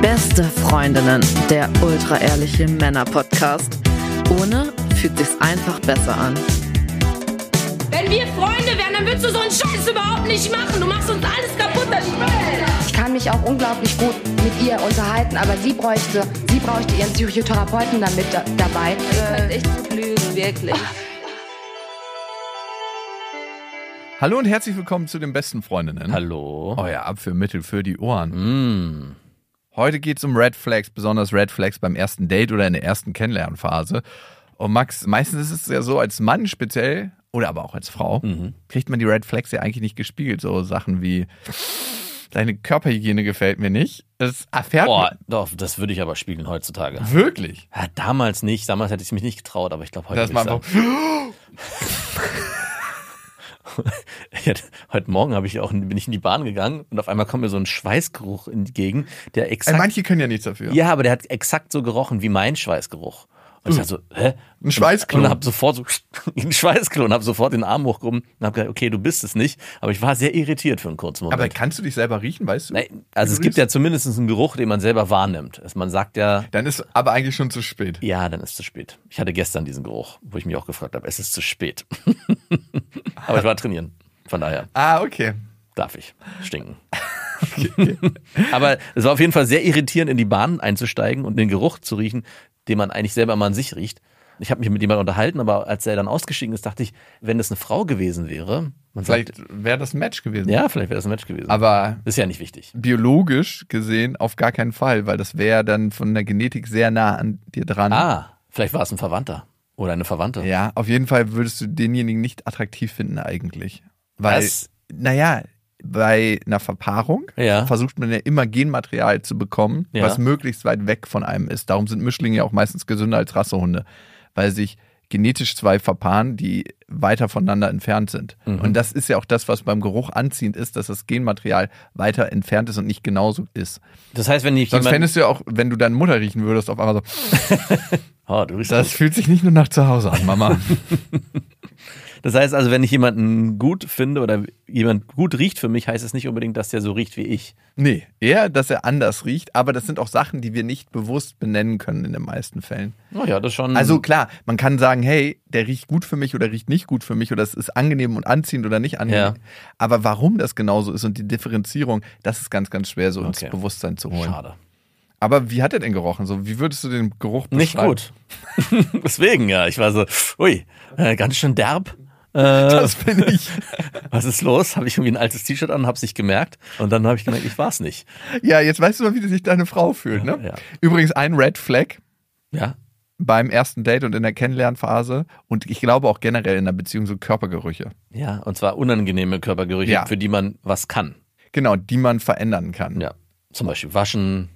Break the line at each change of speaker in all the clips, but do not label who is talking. Beste Freundinnen, der ultra-ehrliche Männer-Podcast. Ohne fühlt sich's einfach besser an.
Wenn wir Freunde wären, dann würdest du so einen Scheiß überhaupt nicht machen. Du machst uns alles kaputt, das
Ich kann mich auch unglaublich gut mit ihr unterhalten, aber sie bräuchte, sie bräuchte ihren Psychotherapeuten damit da, dabei.
Hallo und herzlich willkommen zu den besten Freundinnen.
Hallo. Mm.
Euer Abführmittel für die Ohren. Heute geht es um Red Flags, besonders Red Flags beim ersten Date oder in der ersten Kennenlernphase. Und Max, meistens ist es ja so, als Mann speziell oder aber auch als Frau,
Mhm.
kriegt man die Red Flags ja eigentlich nicht gespiegelt. So Sachen wie, deine Körperhygiene gefällt mir nicht. Das erfährt
Boah,
man
Oh, doch, das würde ich aber spielen heutzutage.
wirklich.
Ja, damals nicht, damals hätte ich mich nicht getraut, aber ich glaube heute.
Dass man
würde
einfach,
ich sagen- heute Morgen habe ich auch, bin ich in die Bahn gegangen und auf einmal kommt mir so ein Schweißgeruch entgegen, der
Ey,
exakt.
Also manche können ja nichts dafür.
ja, aber der hat exakt so gerochen wie mein Schweißgeruch. Und ich dachte so, hä?
Hm. Ein Schweißklon.
Und hab sofort so ein Schweißklo und hab sofort den Arm hochgehoben und hab gesagt, okay, du bist es nicht. Aber ich war sehr irritiert für einen kurzen Moment.
Aber kannst du dich selber riechen, weißt du?
Nein, also es gibt ja zumindest einen Geruch, den man selber wahrnimmt. Also man sagt ja,
Dann ist aber eigentlich schon zu spät.
ja, dann ist es zu spät. Ich hatte gestern diesen Geruch, wo ich mich auch gefragt habe, es ist zu spät. Aber ich war trainieren. Von daher
Ah, okay.
darf ich stinken. Aber es war auf jeden Fall sehr irritierend, in die Bahn einzusteigen und den Geruch zu riechen, den man eigentlich selber mal an sich riecht. Ich habe mich mit jemandem unterhalten, aber als er dann ausgestiegen ist, dachte ich, wenn das eine Frau gewesen wäre, man
Vielleicht
sagt,
wäre das ein Match gewesen.
ja, vielleicht wäre das ein Match gewesen.
Aber
ist ja nicht wichtig.
biologisch gesehen auf gar keinen Fall, weil das wäre dann von der Genetik sehr nah an dir dran.
Ah, vielleicht war es ein Verwandter oder eine Verwandte.
Ja, auf jeden Fall würdest du denjenigen nicht attraktiv finden eigentlich. Weil,
Was?
naja, bei einer Verpaarung
Ja.
versucht man ja immer Genmaterial zu bekommen,
Ja.
was möglichst weit weg von einem ist. Darum sind Mischlinge ja auch meistens gesünder als Rassehunde, weil sich genetisch zwei verpaaren, die weiter voneinander entfernt sind. Und das ist ja auch das, was beim Geruch anziehend ist, dass das Genmaterial weiter entfernt ist und nicht genauso ist.
Das heißt, wenn ich
Sonst
jemand,
fändest du ja auch, wenn du deine Mutter riechen würdest, auf einmal so,
oh, du riechst
das fühlt sich nicht nur nach zu Hause an, Mama.
Das heißt also, wenn ich jemanden gut finde oder jemand gut riecht für mich, heißt es nicht unbedingt, dass der so riecht wie ich.
nee, eher, dass er anders riecht, aber das sind auch Sachen, die wir nicht bewusst benennen können in den meisten Fällen.
Naja, das schon.
Also klar, man kann sagen, hey, der riecht gut für mich oder riecht nicht gut für mich oder es ist angenehm und anziehend oder nicht angenehm.
Ja.
Aber warum das genauso ist und die Differenzierung, das ist ganz, ganz schwer so ins
Okay.
Bewusstsein zu holen.
schade.
Aber wie hat er denn gerochen? So, wie würdest du den Geruch beschreiben?
Nicht gut. Deswegen, ja. Ich war so, ui, äh, ganz schön derb. Äh,
Das bin ich.
was ist los? Habe ich irgendwie ein altes T-Shirt an, hab's nicht gemerkt. Und dann habe ich gemerkt, ich war's nicht.
Ja, jetzt weißt du mal, wie sich deine Frau fühlt. Ne?
Ja, ja.
Übrigens ein Red Flag,
Ja.
beim ersten Date und in der Kennenlernphase und ich glaube auch generell in der Beziehung so Körpergerüche.
Ja. Und zwar unangenehme Körpergerüche,
Ja.
für die man was kann.
Genau, die man verändern kann.
Ja. Zum Beispiel waschen.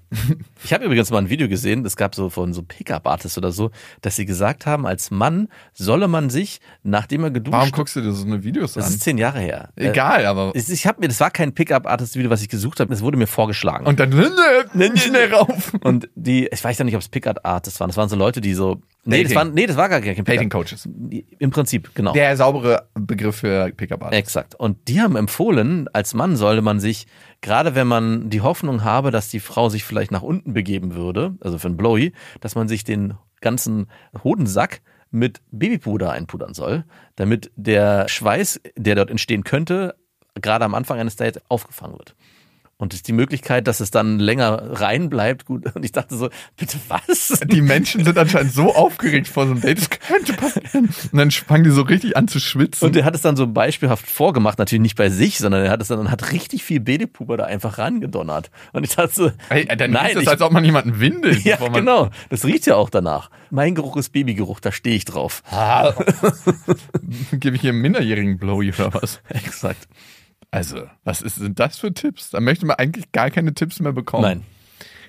Ich habe übrigens mal ein Video gesehen, das gab so von so Pickup-Artists oder so, dass sie gesagt haben, als Mann solle man sich, nachdem er geduscht
Warum guckst du dir so eine Videos
Das
an?
ist zehn Jahre her.
Egal, aber.
Äh, es- ich habe mir, das war kein Pickup-Artist-Video, was ich gesucht habe, das wurde mir vorgeschlagen.
Und dann schnell rauf.
Und die, ich weiß ja nicht, ob es Pickup-Artists waren. Das waren so Leute, die so. Nee, das
Dating.
waren, nee, das war gar kein
Dating
Pickup.
Coaches.
Im Prinzip, genau.
Der saubere Begriff für Pickup Artist.
Exakt. Und die haben empfohlen, als Mann sollte man sich, gerade wenn man die Hoffnung habe, dass die Frau sich vielleicht nach unten begeben würde, also für einen Blowy, dass man sich den ganzen Hodensack mit Babypuder einpudern soll, damit der Schweiß, der dort entstehen könnte, gerade am Anfang eines Dates aufgefangen wird. Und ist die Möglichkeit, dass es dann länger rein bleibt, gut. Und ich dachte so, bitte was?
Die Menschen sind anscheinend so aufgeregt vor so einem Date, das könnte passieren. Und dann fangen die so richtig an zu schwitzen.
Und er hat es dann so beispielhaft vorgemacht, natürlich nicht bei sich, sondern er hat es dann und hat richtig viel Babypuder da einfach rangedonnert. Und ich dachte so,
Ey, dann
nein,
ist es,
ich,
als ob man jemanden windet.
ja,
bevor man-
genau. Das riecht ja auch danach. Mein Geruch ist Babygeruch, da stehe ich drauf.
Ah, Gebe ich hier einen minderjährigen Blowy oder was?
Exakt.
Also, was ist, sind das für Tipps? Da möchte man eigentlich gar keine Tipps mehr bekommen.
Nein.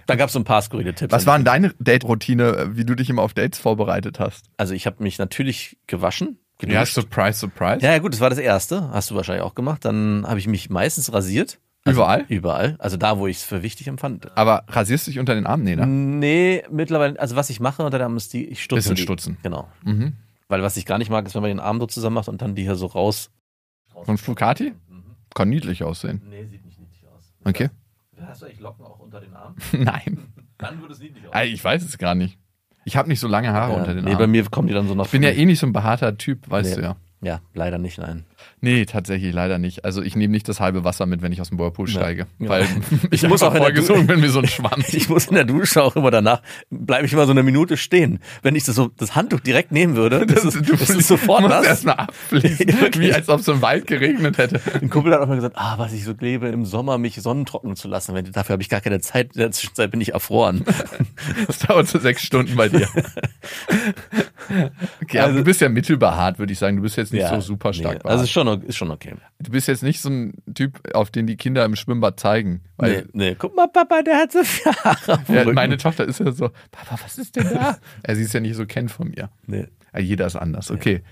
Da gab es so ein paar skurrile Tipps.
Oh. Was war denn deine Date-Routine, wie du dich immer auf Dates vorbereitet hast?
Also ich habe mich natürlich gewaschen,
Ja,
geduscht.
surprise, surprise.
Ja, ja, gut, das war das erste. Hast du wahrscheinlich auch gemacht. Dann habe ich mich meistens rasiert.
Überall?
Überall. Also da, wo ich es für wichtig empfand.
Aber rasierst du dich unter den Armen? Nee, ne?
Nee, mittlerweile, also was ich mache unter der Arm ist die, ich stutze.
Bisschen
die.
stutzen.
Genau.
Mhm.
Weil was ich gar nicht mag, ist, wenn man den Arm so zusammen macht und dann die hier so raus. Mhm.
So ein Flukati? Kann niedlich aussehen.
Nee, sieht nicht niedlich aus.
Okay.
Hast du eigentlich Locken auch unter den Armen?
Nein.
Dann würde es niedlich
Ah, Ich weiß es gar nicht. Ich habe nicht so lange Haare unter den
nee, bei
Armen.
mir kommen die dann so nach
Ich bin ja eh nicht so ein behaarter Typ, weißt du ja.
Ja, leider nicht, nein.
Nee, tatsächlich leider nicht. Also ich nehme nicht das halbe Wasser mit, wenn ich aus dem Whirlpool steige.
Ja.
Weil ich,
muss
muss
auch
auch
in der
vollgesogen bin wie so ein Schwamm.
Ich muss in der Dusche auch immer danach, bleibe ich immer so eine Minute stehen. Wenn ich das, so, das Handtuch direkt nehmen würde, das, ist, das ist sofort
musst
nass.
erstmal abfließen,
Ja, wirklich.
wie als ob es im Wald geregnet hätte.
Ein Kumpel hat auch mal gesagt, ah, was ich so lebe, im Sommer mich sonnentrocknen zu lassen. Wenn, dafür habe ich gar keine Zeit. In der Zwischenzeit bin ich erfroren.
Das dauert so sechs Stunden bei dir. Okay, aber
Also-
du bist ja mittelbehaart, würde ich sagen. Du bist jetzt nicht
Ja,
so super stark
Nee. Also
behaart.
ist schon, o- ist schon okay.
Du bist jetzt nicht so ein Typ, auf den die Kinder im Schwimmbad zeigen. Weil
nee, ne? nee, guck mal, Papa, der hat so viel Haare. auf dem
ja,
Rücken.
meine Tochter ist ja so, Papa, was ist denn da? Ja, sie ist ja nicht so kennt von mir.
Nee.
Ja, jeder ist anders, okay.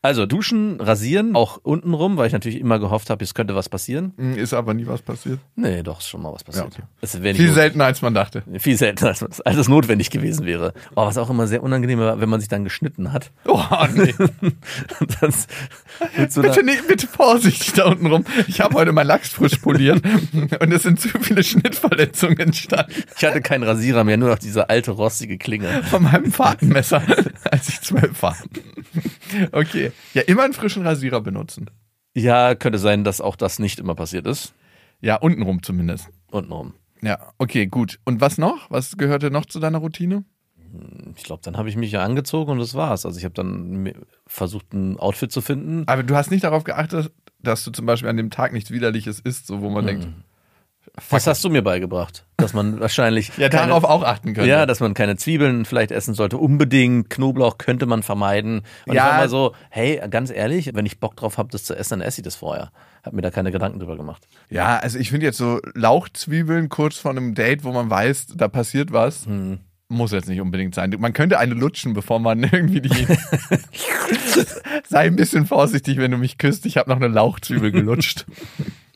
Also duschen, rasieren, auch unten rum, weil ich natürlich immer gehofft habe, es könnte was passieren.
Hm, Ist aber nie was passiert.
Nee, doch, ist schon mal was passiert.
Ja, okay.
Es wäre nicht
Viel
gut.
seltener, als man dachte.
viel seltener, als, als es notwendig gewesen wäre. Aber was auch immer sehr unangenehm war, wenn man sich dann geschnitten hat.
Oh, nee.
Und das mit so einer,
Bitte, nee, bitte vorsichtig da unten rum. Ich habe heute meinen Lachs frisch poliert und es sind zu viele Schnittverletzungen entstanden
ich hatte keinen Rasierer mehr, nur noch diese alte rostige Klinge.
von meinem Fahrtenmesser, als ich zwölf war. Okay. Ja, immer einen frischen Rasierer benutzen.
Ja, könnte sein, dass auch das nicht immer passiert ist.
Ja, untenrum zumindest.
Und rum.
Ja, okay, gut. Und was noch? Was gehörte noch zu deiner Routine?
Ich glaube, dann habe ich mich ja angezogen und das war's. Also ich habe dann mir- versucht, ein Outfit zu finden.
Aber du hast nicht darauf geachtet, dass du zum Beispiel an dem Tag nichts Widerliches isst, so wo man
Mhm.
denkt,
Was hast du mir beigebracht? Dass man wahrscheinlich
ja,
keine-
darauf auch achten könnte.
Ja, dass man keine Zwiebeln vielleicht essen sollte, unbedingt. Knoblauch könnte man vermeiden. Und
Ja.
ich war mal so, hey, ganz ehrlich, wenn ich Bock drauf habe, das zu essen, dann esse ich das vorher. Hab mir da keine Gedanken drüber gemacht.
Ja, also ich finde jetzt so Lauchzwiebeln kurz vor einem Date, wo man weiß, da passiert was,
Mhm.
muss jetzt nicht unbedingt sein. Man könnte eine lutschen, bevor man irgendwie die. Sei ein bisschen vorsichtig, wenn du mich küsst. Ich habe noch eine Lauchzwiebel gelutscht.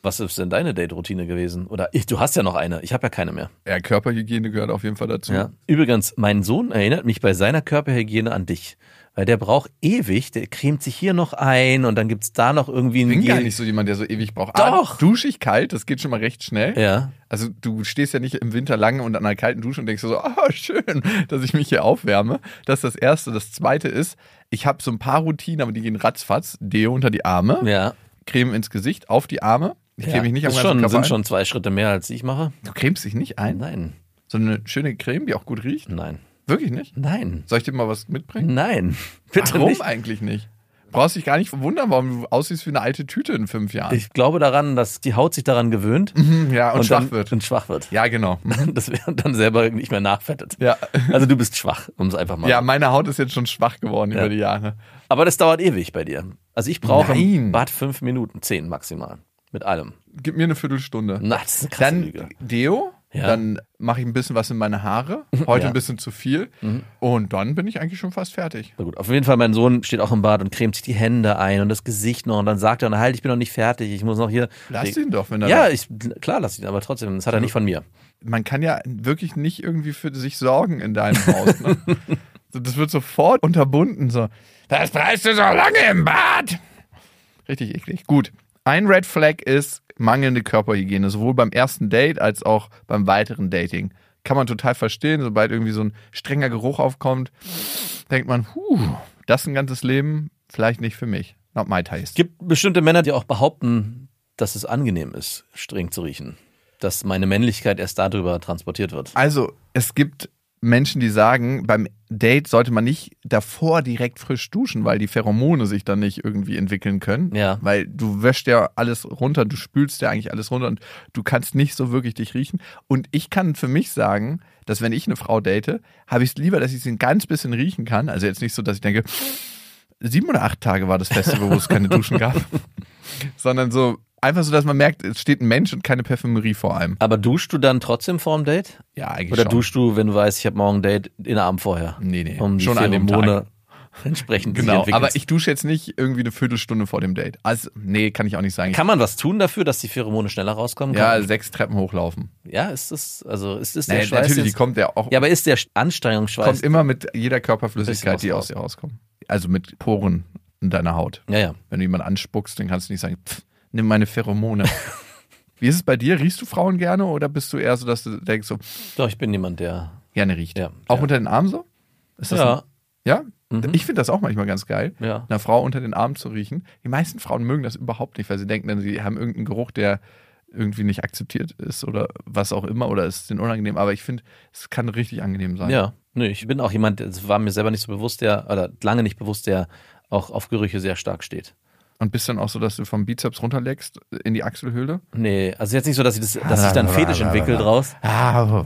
Was ist denn deine Date-Routine gewesen? Oder ich, du hast ja noch eine, ich habe ja keine mehr.
ja, Körperhygiene gehört auf jeden Fall dazu.
Ja. Übrigens, mein Sohn erinnert mich bei seiner Körperhygiene an dich. Weil der braucht ewig, der cremt sich hier noch ein und dann gibt's da noch irgendwie ein
Ich bin gar
Gel.
nicht so jemand, der so ewig braucht.
Doch.
A, duschig kalt, das geht schon mal recht schnell.
Ja.
Also du stehst ja nicht im Winter lang und an einer kalten Dusche und denkst so, oh schön, dass ich mich hier aufwärme. Das ist das Erste. Das Zweite ist, ich habe so ein paar Routinen, aber die gehen ratzfatz. Deo unter die Arme,
Ja.
Creme ins Gesicht, auf die Arme. Ich creme mich nicht am
ist
ganzen
schon,
Körper
sind
ein.
schon zwei Schritte mehr, als ich mache.
Du cremst dich nicht ein?
Nein,
So eine schöne Creme, die auch gut riecht?
nein,
Wirklich nicht?
nein,
Soll ich dir mal was mitbringen?
nein. Bitte
warum
nicht.
eigentlich nicht? Brauchst dich gar nicht wundern, warum du aussiehst wie eine alte Tüte in fünf Jahren.
Ich glaube daran, dass die Haut sich daran gewöhnt
Ah. Mhm. ja, und,
dann-
schwach wird.
Und schwach wird.
Ja, genau.
Das wäre dann selber nicht mehr nachfettet.
Ja.
Also du bist schwach, um es einfach mal.
Ja, meine Haut ist jetzt schon schwach geworden über die Jahre.
Aber das dauert ewig bei dir. Also ich brauche im
Nein.
Bad fünf Minuten, zehn maximal. Mit allem.
Gib mir eine Viertelstunde.
Na, das ist eine krasse
Dann
Lüge.
Deo,
Ja.
dann mache ich ein bisschen was in meine Haare. Heute
Ja. Mhm.
ein bisschen zu viel. Und dann bin ich eigentlich schon fast fertig.
Na gut, auf jeden Fall, mein Sohn steht auch im Bad und cremt sich die Hände ein und das Gesicht noch und dann sagt er, und halt, ich bin noch nicht fertig, ich muss noch hier.
Lass ihn doch, wenn er.
Ja, ich, klar, lass ihn, aber trotzdem, das hat er nicht von mir.
Man kann ja wirklich nicht irgendwie für sich sorgen in deinem Haus. Ne? So, das wird sofort unterbunden. So, das preist du so lange im Bad. Richtig eklig. Gut. Ein Red Flag ist mangelnde Körperhygiene, sowohl beim ersten Date als auch beim weiteren Dating. Kann man total verstehen, sobald irgendwie so ein strenger Geruch aufkommt, denkt man, huh, das ist ein ganzes Leben, vielleicht nicht für mich. Not my
Es
taste.
gibt bestimmte Männer, die auch behaupten, dass es angenehm ist, streng zu riechen. Dass meine Männlichkeit erst darüber transportiert wird.
Also, es gibt Menschen, die sagen, beim Date sollte man nicht davor direkt frisch duschen, weil die Pheromone sich dann nicht irgendwie entwickeln können.
Ja.
Weil du wäschst ja alles runter, du spülst ja eigentlich alles runter und du kannst nicht so wirklich dich riechen. Und ich kann für mich sagen, dass wenn ich eine Frau date, habe ich es lieber, dass ich sie ein ganz bisschen riechen kann. Also jetzt nicht so, dass ich denke, sieben oder acht Tage war das Festival, wo es keine Duschen gab. Sondern so, einfach so, dass man merkt, es steht ein Mensch und keine Parfümerie vor einem.
Aber duschst du dann trotzdem vorm Date?
Ja, eigentlich
Oder
schon.
duschst du, wenn du weißt, ich habe morgen ein Date, in der Abend vorher?
Nee, nee,
Um die
schon an dem
Pheromone entsprechend sich
Genau,
entwickeln
aber
zu-
ich dusche jetzt nicht irgendwie eine Viertelstunde vor dem Date. Also, nee, kann ich auch nicht sagen. Ich
Kann man was tun dafür, dass die Pheromone schneller rauskommen?
ja,
Kann-
sechs Treppen hochlaufen.
ja, ist das, also ist das der
Nee,
Schweiß
natürlich, die
jetzt-
kommt ja auch
Ja, aber ist der Anstrengungsschweiß?
kommt immer mit jeder
Bisschen was
Körperflüssigkeit, die aus dir rauskommt. Also mit Poren in deiner Haut.
ja, ja.
Wenn du jemanden anspuckst, dann kannst du nicht sagen, pff, nimm meine Pheromone. Wie ist es bei dir? Riechst du Frauen gerne oder bist du eher so, dass du denkst, so
Doch, ich bin jemand, der.
gerne riecht?
Ja,
Auch
ja.
unter den Armen so? Ist das
Ja. Mhm.
ein- ja? Ich finde das auch manchmal ganz geil,
Ja.
einer Frau unter den Armen zu riechen. Die meisten Frauen mögen das überhaupt nicht, weil sie denken, dann, sie haben irgendeinen Geruch, der irgendwie nicht akzeptiert ist oder was auch immer oder ist denen unangenehm. Aber ich finde, es kann richtig angenehm sein.
Ja, nee, ich bin auch jemand, das war mir selber nicht so bewusst, der, oder lange nicht bewusst, der auch auf Gerüche sehr stark steht.
Und bist dann auch so, dass du vom Bizeps runterleckst in die Achselhöhle?
Nee, also jetzt nicht so, dass ich, das, dass ich dann Fetisch entwickle draus,
Ah,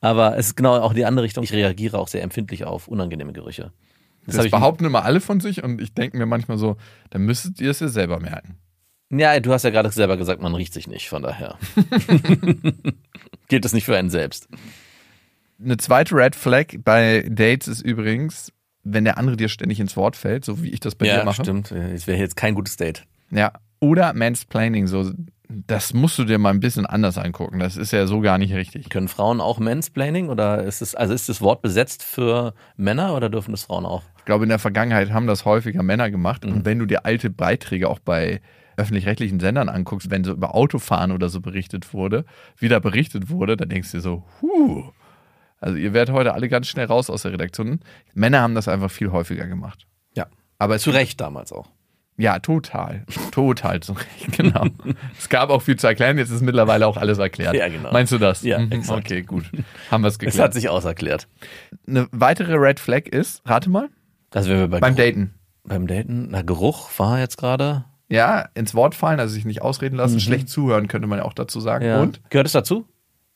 aber es ist genau auch die andere Richtung. Ich reagiere auch sehr empfindlich auf unangenehme Gerüche.
Das,
hab ich-
behaupten immer alle von sich und ich denke mir manchmal so, dann müsstet ihr es ja selber merken.
Ja, du hast ja gerade selber gesagt, man riecht sich nicht, von daher. Gilt das nicht für einen selbst.
Eine zweite Red Flag bei Dates ist übrigens, wenn der andere dir ständig ins Wort fällt, so wie ich das bei dir mache.
stimmt. Es wäre jetzt kein gutes Date.
Ja. Oder Mansplaining, so das musst du dir mal ein bisschen anders angucken. Das ist ja so gar nicht richtig.
Können Frauen auch Mansplaining oder ist es, also ist das Wort besetzt für Männer oder dürfen das Frauen auch?
Ich glaube, in der Vergangenheit haben das häufiger Männer gemacht.
Mhm.
Und wenn du dir alte Beiträge auch bei öffentlich-rechtlichen Sendern anguckst, wenn so über Autofahren oder so berichtet wurde, wieder berichtet wurde, dann denkst du dir so, huh. Also ihr werdet heute alle ganz schnell raus aus der Redaktion. Männer haben das einfach viel häufiger gemacht.
Ja.
Aber es
Zu Recht damals auch.
Ja, total. Total zu Recht, genau. es gab auch viel zu erklären, jetzt ist mittlerweile auch alles erklärt.
Ja, genau.
Meinst du das?
Ja,
Mhm,
exakt.
Okay, gut. Haben wir es
Es hat
geklärt.
sich auserklärt.
Eine weitere Red Flag ist, rate mal,
Also wenn wir bei
beim
Geruch-
Daten.
beim Daten, na Geruch war jetzt gerade.
Ja, ins Wort fallen, also sich nicht ausreden lassen,
Mhm.
schlecht zuhören, könnte man ja auch dazu sagen. Und,
Gehört es dazu?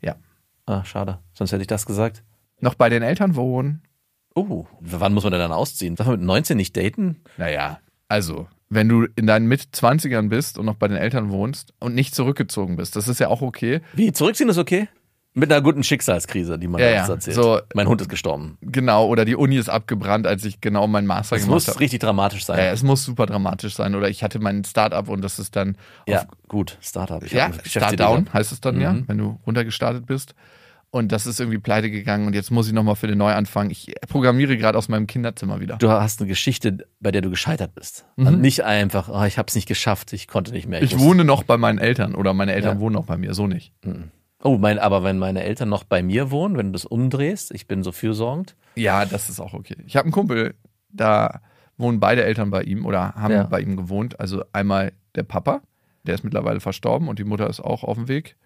ja,
Ah, schade. Sonst hätte ich das gesagt.
noch bei den Eltern wohnen.
Oh, wann muss man denn dann ausziehen? Darf man mit 19 nicht daten?
Naja, also, wenn du in deinen Mit-20ern bist und noch bei den Eltern wohnst und nicht zurückgezogen bist, das ist ja auch okay.
Wie, zurückziehen ist okay? Mit einer guten Schicksalskrise, die man
Ja,
ja, jetzt
ja.
erzählt.
So-
mein Hund ist gestorben.
Genau, oder die Uni ist abgebrannt, als ich genau meinen Master
Es
gemacht
muss
habe.
richtig dramatisch sein.
Ja, Äh, es muss super dramatisch sein. Oder ich hatte mein Startup und das ist dann
Ja, gut, Startup. Ich
auf, ja,
hab eine Geschäftsidee
Startdown
gehabt.
heißt es dann
Mhm.
ja, wenn du runtergestartet bist. Und das ist irgendwie pleite gegangen und jetzt muss ich nochmal für den Neuanfang. Ich programmiere gerade aus meinem Kinderzimmer wieder.
Du hast eine Geschichte, bei der du gescheitert bist. Und nicht einfach, ah, ich habe es nicht geschafft, ich konnte nicht mehr.
Mhm. ich
muss-
wohne noch bei meinen Eltern oder meine Eltern
Ja.
wohnen noch bei mir, so nicht.
Oh, mein, aber wenn meine Eltern noch bei mir wohnen, wenn du das umdrehst, ich bin so fürsorgend.
Ja, das ist auch okay. Ich habe einen Kumpel, da wohnen beide Eltern bei ihm oder haben
Ja.
bei ihm gewohnt. Also einmal der Papa, der ist mittlerweile verstorben und die Mutter ist auch auf dem Weg.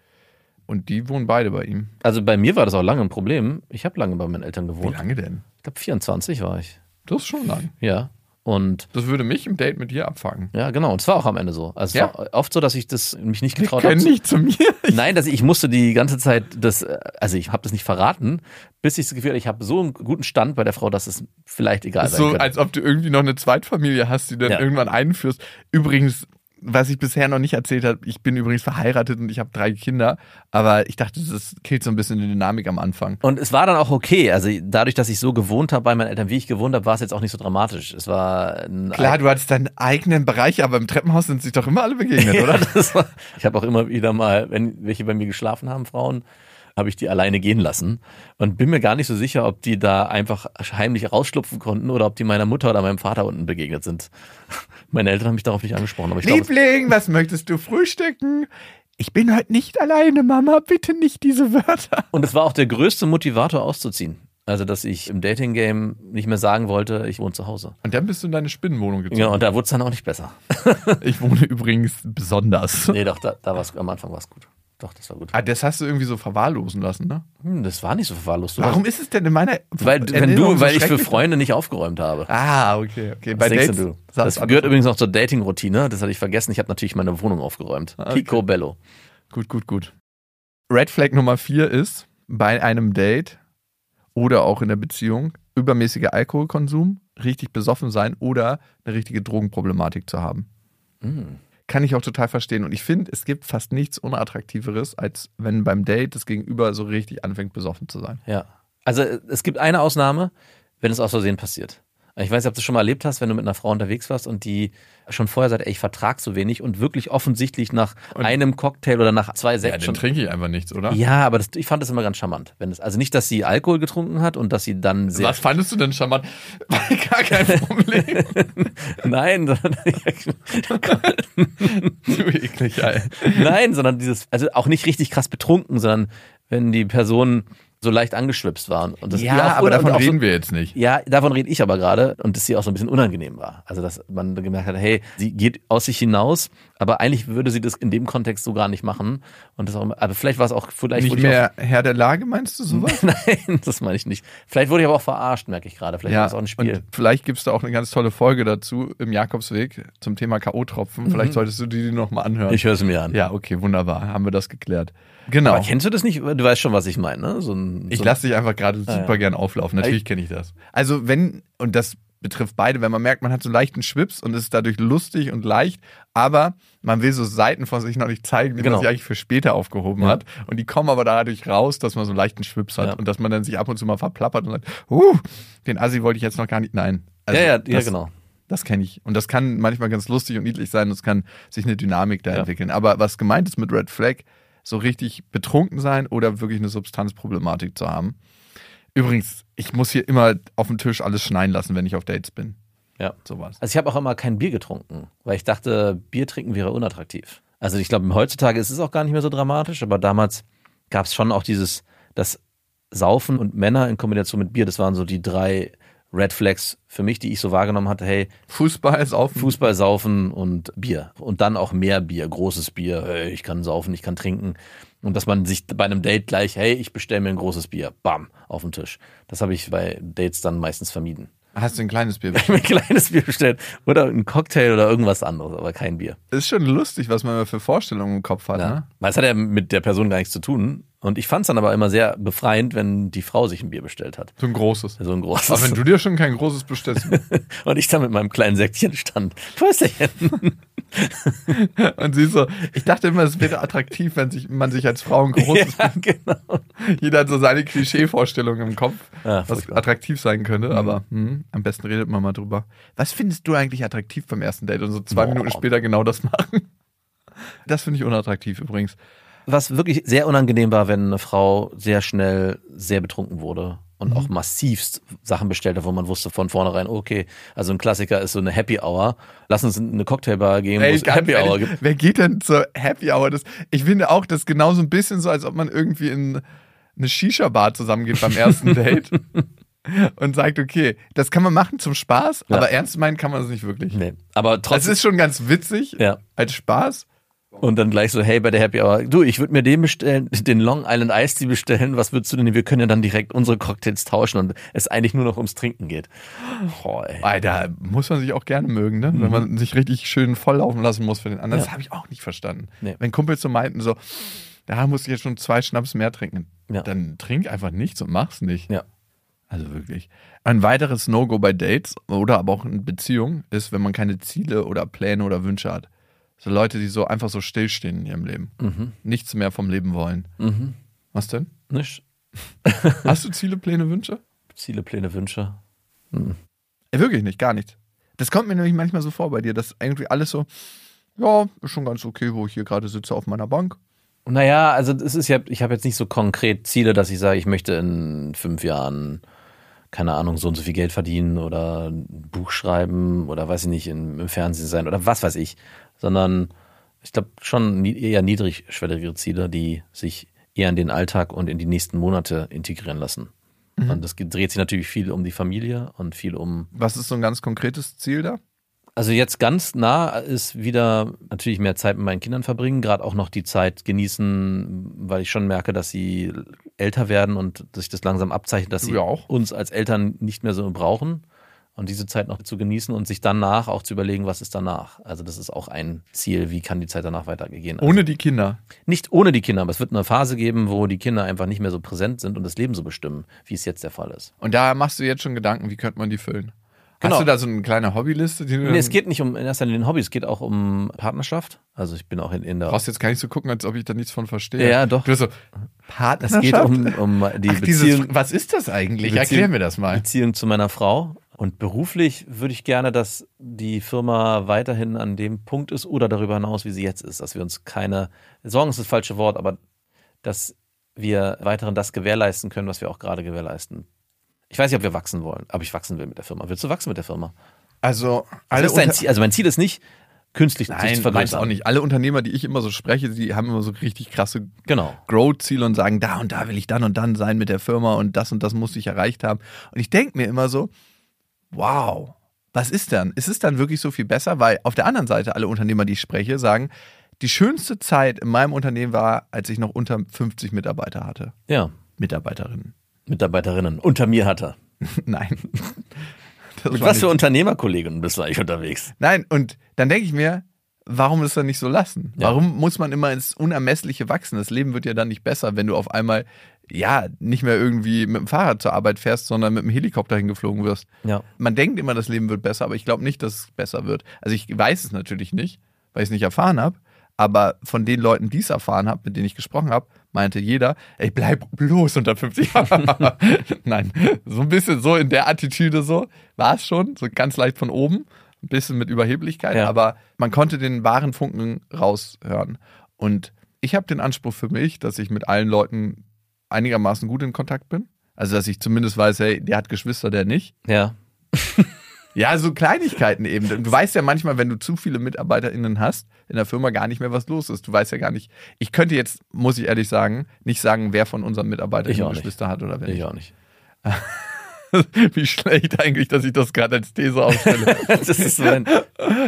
Und die wohnen beide bei ihm.
Also bei mir war das auch lange ein Problem. Ich habe lange bei meinen Eltern
Wie
gewohnt.
lange denn?
Ich glaube 24 war ich.
Das ist schon lang.
Ja. Und
Das würde mich im Date mit dir abfangen.
ja, genau. Und es war auch am Ende so. Also es
Ja.
war oft so, dass ich das mich nicht getraut
Können
habe.
nicht zu mir.
Nein, dass ich, ich musste die ganze Zeit das, äh, also ich habe das nicht verraten, bis ich das Gefühl hatte, ich habe so einen guten Stand bei der Frau, dass es vielleicht egal
Ist
sein
so,
könnte.
als ob du irgendwie noch eine Zweitfamilie hast, die dann
Ja.
irgendwann einführst. Übrigens, was ich bisher noch nicht erzählt habe, ich bin übrigens verheiratet und ich habe drei Kinder, aber ich dachte, das killt so ein bisschen die Dynamik am Anfang.
Und es war dann auch okay. Also dadurch, dass ich so gewohnt habe bei meinen Eltern, wie ich gewohnt habe, war es jetzt auch nicht so dramatisch. Es war ein
Klar, du hattest deinen eigenen Bereich, aber im Treppenhaus sind sich doch immer alle begegnet,
Ja,
oder?
das war, ich habe auch immer wieder mal, wenn welche bei mir geschlafen haben, Frauen, habe ich die alleine gehen lassen und bin mir gar nicht so sicher, ob die da einfach heimlich rausschlupfen konnten oder ob die meiner Mutter oder meinem Vater unten begegnet sind. Meine Eltern haben mich darauf nicht angesprochen, aber ich glaube,
Liebling, was möchtest du frühstücken? Ich bin heute nicht alleine, Mama, bitte nicht diese Wörter.
und es war auch der größte Motivator auszuziehen. Also, dass ich im Dating-Game nicht mehr sagen wollte, ich wohne zu Hause.
Und dann bist du in deine Spinnenwohnung gezogen.
Ja, und da wurde es dann auch nicht besser.
Ich wohne übrigens besonders.
Nee, doch, da, da war es am Anfang war es gut. Doch, das war gut.
Ah, das hast du irgendwie so verwahrlosen lassen, ne?
Hm, das war nicht so verwahrlost. Du
Warum
hast-
ist es denn in meiner
Weil, du- wenn
Erinnerung
du,
so
weil ich für
schrecklich?
Freunde nicht aufgeräumt habe.
Ah, okay, okay. Bei
Was denkst
Dates
denn du?
sah
Das
es
gehört
anders
übrigens noch zur Dating-Routine. Das hatte ich vergessen. Ich habe natürlich meine Wohnung aufgeräumt.
Ah, okay.
Picobello.
aus. Gut, gut, gut. Red Flag Nummer vier ist bei einem Date oder auch in der Beziehung übermäßiger Alkoholkonsum, richtig besoffen sein oder eine richtige Drogenproblematik zu haben.
Hm.
Kann ich auch total verstehen. Und ich finde, es gibt fast nichts Unattraktiveres, als wenn beim Date das Gegenüber so richtig anfängt, besoffen zu sein.
Ja. Also äh, es gibt eine Ausnahme, wenn es aus Versehen passiert. Ich weiß nicht, ob du es schon mal erlebt hast, wenn du mit einer Frau unterwegs warst und die schon vorher sagt, ey, ich vertrag so wenig und wirklich offensichtlich nach einem Cocktail oder nach zwei
Ja,
Sekt
den
schon
trinke ich einfach nichts, oder?
Ja, aber das, ich fand das immer ganz charmant. Wenn es, also nicht, dass sie Alkohol getrunken hat und dass sie dann sehr.
Was fandest du denn charmant? Gar kein Problem.
Nein, sondern,
du eklig, ey.
nein, sondern dieses, also auch nicht richtig krass betrunken, sondern wenn die Personen so leicht angeschwipst waren. Und das,
Ja, aber
und-
davon
und auch so-
reden wir jetzt nicht.
Ja, davon rede ich aber gerade und dass sie auch so ein bisschen unangenehm war. Also, dass man gemerkt hat, hey, sie geht aus sich hinaus, aber eigentlich würde sie das in dem Kontext so gar nicht machen. Und das auch, aber vielleicht war es auch, vielleicht
Nicht
wurde ich auch-
mehr Herr der Lage, meinst du sowas?
Nein, das meine ich nicht. Vielleicht wurde ich aber auch verarscht, merke ich gerade. Vielleicht war es auch ein Spiel.
und vielleicht gibt's da auch eine ganz tolle Folge dazu im Jakobsweg zum Thema K.O.-Tropfen. Vielleicht solltest du die, die nochmal anhören.
Mhm. ich höre es mir an.
ja, okay, wunderbar. Haben wir das geklärt. Genau.
Aber kennst du das nicht? Du weißt schon, was ich meine, ne? So ein,
Ich
so ein-
lasse dich einfach gerade super
Ah, ja.
gern auflaufen. Natürlich kenne ich das. Also wenn, und das betrifft beide, wenn man merkt, man hat so einen leichten Schwips und ist dadurch lustig und leicht, aber man will so Seiten von sich noch nicht zeigen, die
Genau.
man sich eigentlich für später aufgehoben hat. Und die kommen aber dadurch raus, dass man so einen leichten Schwips hat
Ja.
und dass man dann sich ab und zu mal verplappert und sagt, huh, den Assi wollte ich jetzt noch gar nicht. Nein. Also
ja, ja, ja,
das-
genau.
Das kenne ich. Und das kann manchmal ganz lustig und niedlich sein und es kann sich eine Dynamik da
Ja.
entwickeln. Aber was gemeint ist mit Red Flag, so richtig betrunken sein oder wirklich eine Substanzproblematik zu haben. Übrigens, ich muss hier immer auf dem Tisch alles schneien lassen, wenn ich auf Dates bin.
Ja.
Sowas.
Also ich habe auch immer kein Bier getrunken, weil ich dachte, Bier trinken wäre unattraktiv. Also ich glaube, heutzutage ist es auch gar nicht mehr so dramatisch, aber damals gab es schon auch dieses, das Saufen und Männer in Kombination mit Bier, das waren so die drei Red Flags für mich, die ich so wahrgenommen hatte, hey,
Fußball ist auf.
Fußball saufen und Bier. Und dann auch mehr Bier, großes Bier. Hey, ich kann saufen, ich kann trinken. Und dass man sich bei einem Date gleich, hey, ich bestelle mir ein großes Bier. Bam, auf den Tisch. Das habe ich bei Dates dann meistens vermieden.
Hast du ein kleines Bier?
Ich hab mir ein kleines Bier bestellt oder einen Cocktail oder irgendwas anderes, aber kein Bier.
ist schon lustig, was man für Vorstellungen im Kopf hat. Ne?
Weil es hat ja mit der Person gar nichts zu tun. Und ich fand es dann aber immer sehr befreiend, wenn die Frau sich ein Bier bestellt hat.
So ein großes.
So ein
Aber
großes.
wenn du dir schon kein großes bestellst
Und ich dann mit meinem kleinen Säckchen stand. Prösterchen.
und siehst so, ich dachte immer, es wäre attraktiv, wenn sich, man sich als Frau ein großes
Ja, genau.
Jeder hat so seine Klischee-Vorstellung im Kopf,
Ja, Mhm.
was
furchtbar.
attraktiv sein könnte, aber hm, am besten redet man mal drüber. Was findest du eigentlich attraktiv beim ersten Date und so zwei
Boah.
Minuten später genau das machen? Das finde ich unattraktiv übrigens.
Was wirklich sehr unangenehm war, wenn eine Frau sehr schnell sehr betrunken wurde und auch massivst Sachen bestellt hat, wo man wusste von vornherein, okay, also ein Klassiker ist so eine Happy Hour. Lass uns in eine Cocktailbar gehen, wo
Ey,
es
ganz
Happy Hour
ehrlich,
gibt.
wer geht denn zur Happy Hour? Das, ich finde auch, das ist genauso ein bisschen so, als ob man irgendwie in eine Shisha-Bar zusammengeht beim ersten Date und sagt, okay, das kann man machen zum Spaß,
Ja.
aber ernst meinen kann man es nicht wirklich.
Nee, aber
Das
trotzdem.
ist schon ganz witzig
Ja.
als Spaß.
Und dann gleich so, hey, bei der Happy Hour, du, ich würde mir den bestellen, den Long Island Ice Tea bestellen, was würdest du denn? Wir können ja dann direkt unsere Cocktails tauschen und es eigentlich nur noch ums Trinken geht. Oh, ey.
Ey, da muss man sich auch gerne mögen, ne?
Mhm.
wenn man sich richtig schön volllaufen lassen muss für den anderen. Das habe ich auch nicht verstanden.
Nee.
Wenn Kumpels so meinten, so, da muss ich jetzt schon zwei Schnaps mehr trinken.
Ja.
Dann trink einfach nichts und mach's nicht.
Ja.
Also wirklich. Ein weiteres No-Go bei Dates oder aber auch in Beziehungen ist, wenn man keine Ziele oder Pläne oder Wünsche hat. So Leute, die so einfach so stillstehen in ihrem Leben.
Mhm.
Nichts mehr vom Leben wollen. Was denn?
Nicht?
Hast du Ziele, Pläne, Wünsche?
Ziele, Pläne, Wünsche.
Ey, Äh, Wirklich nicht, gar nichts. Das kommt mir nämlich manchmal so vor bei dir, dass irgendwie alles so, ja, ist schon ganz okay, wo ich hier gerade sitze auf meiner Bank.
Naja, also es ist ja, ich habe jetzt nicht so konkret Ziele, dass ich sage, ich möchte in fünf Jahren, keine Ahnung, so und so viel Geld verdienen oder ein Buch schreiben oder weiß ich nicht, im, im Fernsehen sein oder was weiß ich, sondern ich glaube schon nie- eher niedrigschwelligere Ziele, die sich eher in den Alltag und in die nächsten Monate integrieren lassen. Und das geht- dreht sich natürlich viel um die Familie und viel um
Was ist so ein ganz konkretes Ziel da?
also jetzt ganz nah ist wieder natürlich mehr Zeit mit meinen Kindern verbringen, gerade auch noch die Zeit genießen, weil ich schon merke, dass sie älter werden und sich das langsam abzeichnet, dass
Du
sie
ja auch.
uns als Eltern nicht mehr so brauchen und diese Zeit noch zu genießen und sich danach auch zu überlegen, was ist danach. Also das ist auch ein Ziel, wie kann die Zeit danach weitergehen. Also
Ohne die Kinder.
nicht ohne die Kinder, aber es wird eine Phase geben, wo die Kinder einfach nicht mehr so präsent sind und das Leben so bestimmen, wie es jetzt der Fall ist.
Und da machst du jetzt schon Gedanken, wie könnte man die füllen?
Genau.
Hast du da so eine kleine Hobbyliste? Die du
Nee,
dann-
es geht nicht um in erster Linie um Hobby, es geht auch um Partnerschaft. Also ich bin auch in, in der
brauchst jetzt gar nicht so gucken, als ob ich da nichts von verstehe.
Ja, doch.
Du bist so,
Es
Partnerschaft?
geht um, um die
Ach, dieses,
Beziehung,
was ist das eigentlich?
Beziehung-
Erklär mir das mal.
Beziehung zu meiner Frau. Und beruflich würde ich gerne, dass die Firma weiterhin an dem Punkt ist oder darüber hinaus, wie sie jetzt ist, dass wir uns keine Sorgen ist das falsche Wort, aber dass wir weiterhin das gewährleisten können, was wir auch gerade gewährleisten. Ich weiß nicht, ob wir wachsen wollen, aber ich wachsen will mit der Firma. Willst du wachsen mit der Firma?
Also,
Das
alle
ist dein
unter-
Ziel, also mein Ziel ist nicht, künstlich sich zu
Nein, meins
vergrößern.
auch nicht. Alle Unternehmer, die ich immer so spreche, die haben immer so richtig krasse
Genau.
Growth-Ziele und sagen, da und da will ich dann und dann sein mit der Firma und das und das muss ich erreicht haben. Und ich denke mir immer so, wow, was ist dann? Ist es dann wirklich so viel besser? Weil auf der anderen Seite alle Unternehmer, die ich spreche, sagen, die schönste Zeit in meinem Unternehmen war, als ich noch unter 50 Mitarbeiter hatte.
Ja,
Mitarbeiterinnen.
Mitarbeiterinnen. Unter mir hat er.
Nein. Das
Mit
war
was für
nicht-
Unternehmerkolleginnen bist du eigentlich unterwegs?
Nein, und dann denke ich mir, warum das dann nicht so lassen?
Ja.
Warum muss man immer ins Unermessliche wachsen? Das Leben wird ja dann nicht besser, wenn du auf einmal, ja, nicht mehr irgendwie mit dem Fahrrad zur Arbeit fährst, sondern mit dem Helikopter hingeflogen wirst.
Ja.
Man denkt immer, das Leben wird besser, aber ich glaube nicht, dass es besser wird. Also ich weiß es natürlich nicht, weil ich es nicht erfahren habe. Aber von den Leuten, die es erfahren haben, mit denen ich gesprochen habe, meinte jeder, ey, bleib bloß unter 50 Jahren. Nein, so ein bisschen so in der Attitüde so, war es schon, so ganz leicht von oben, ein bisschen mit Überheblichkeit,
Ja.
aber man konnte den wahren Funken raushören. Und ich habe den Anspruch für mich, dass ich mit allen Leuten einigermaßen gut in Kontakt bin. Also, dass ich zumindest weiß, hey, der hat Geschwister, der nicht.
Ja.
Ja, so Kleinigkeiten eben. Du weißt ja manchmal, wenn du zu viele MitarbeiterInnen hast, in der Firma gar nicht mehr, was los ist. Du weißt ja gar nicht. Ich könnte jetzt, muss ich ehrlich sagen, nicht sagen, wer von unseren
Ich
MitarbeiterInnen
auch nicht.
Geschwister hat oder wer
Ich
nicht.
auch nicht.
Wie schlecht eigentlich, dass ich das gerade als These aufstelle.
Das ist mein,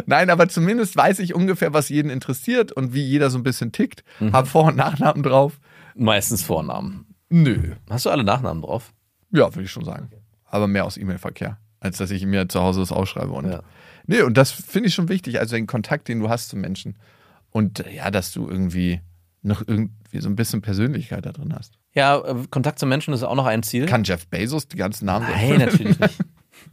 Nein, aber zumindest weiß ich ungefähr, was jeden interessiert und wie jeder so ein bisschen tickt.
Mhm.
Hab Vor- und Nachnamen drauf.
meistens Vornamen.
Nö.
Hast du alle Nachnamen drauf?
Ja, würde ich schon sagen. Aber mehr aus E-Mail-Verkehr, als dass ich mir zu Hause das ausschreibe. Und
Ja.
Nee, und das finde ich schon wichtig, also den Kontakt, den du hast zu Menschen. Und äh, ja, dass du irgendwie noch irgendwie so ein bisschen Persönlichkeit da drin hast.
Ja, äh, Kontakt zu Menschen ist auch noch ein Ziel.
Kann Jeff Bezos die ganzen Namen
Nein, natürlich nicht.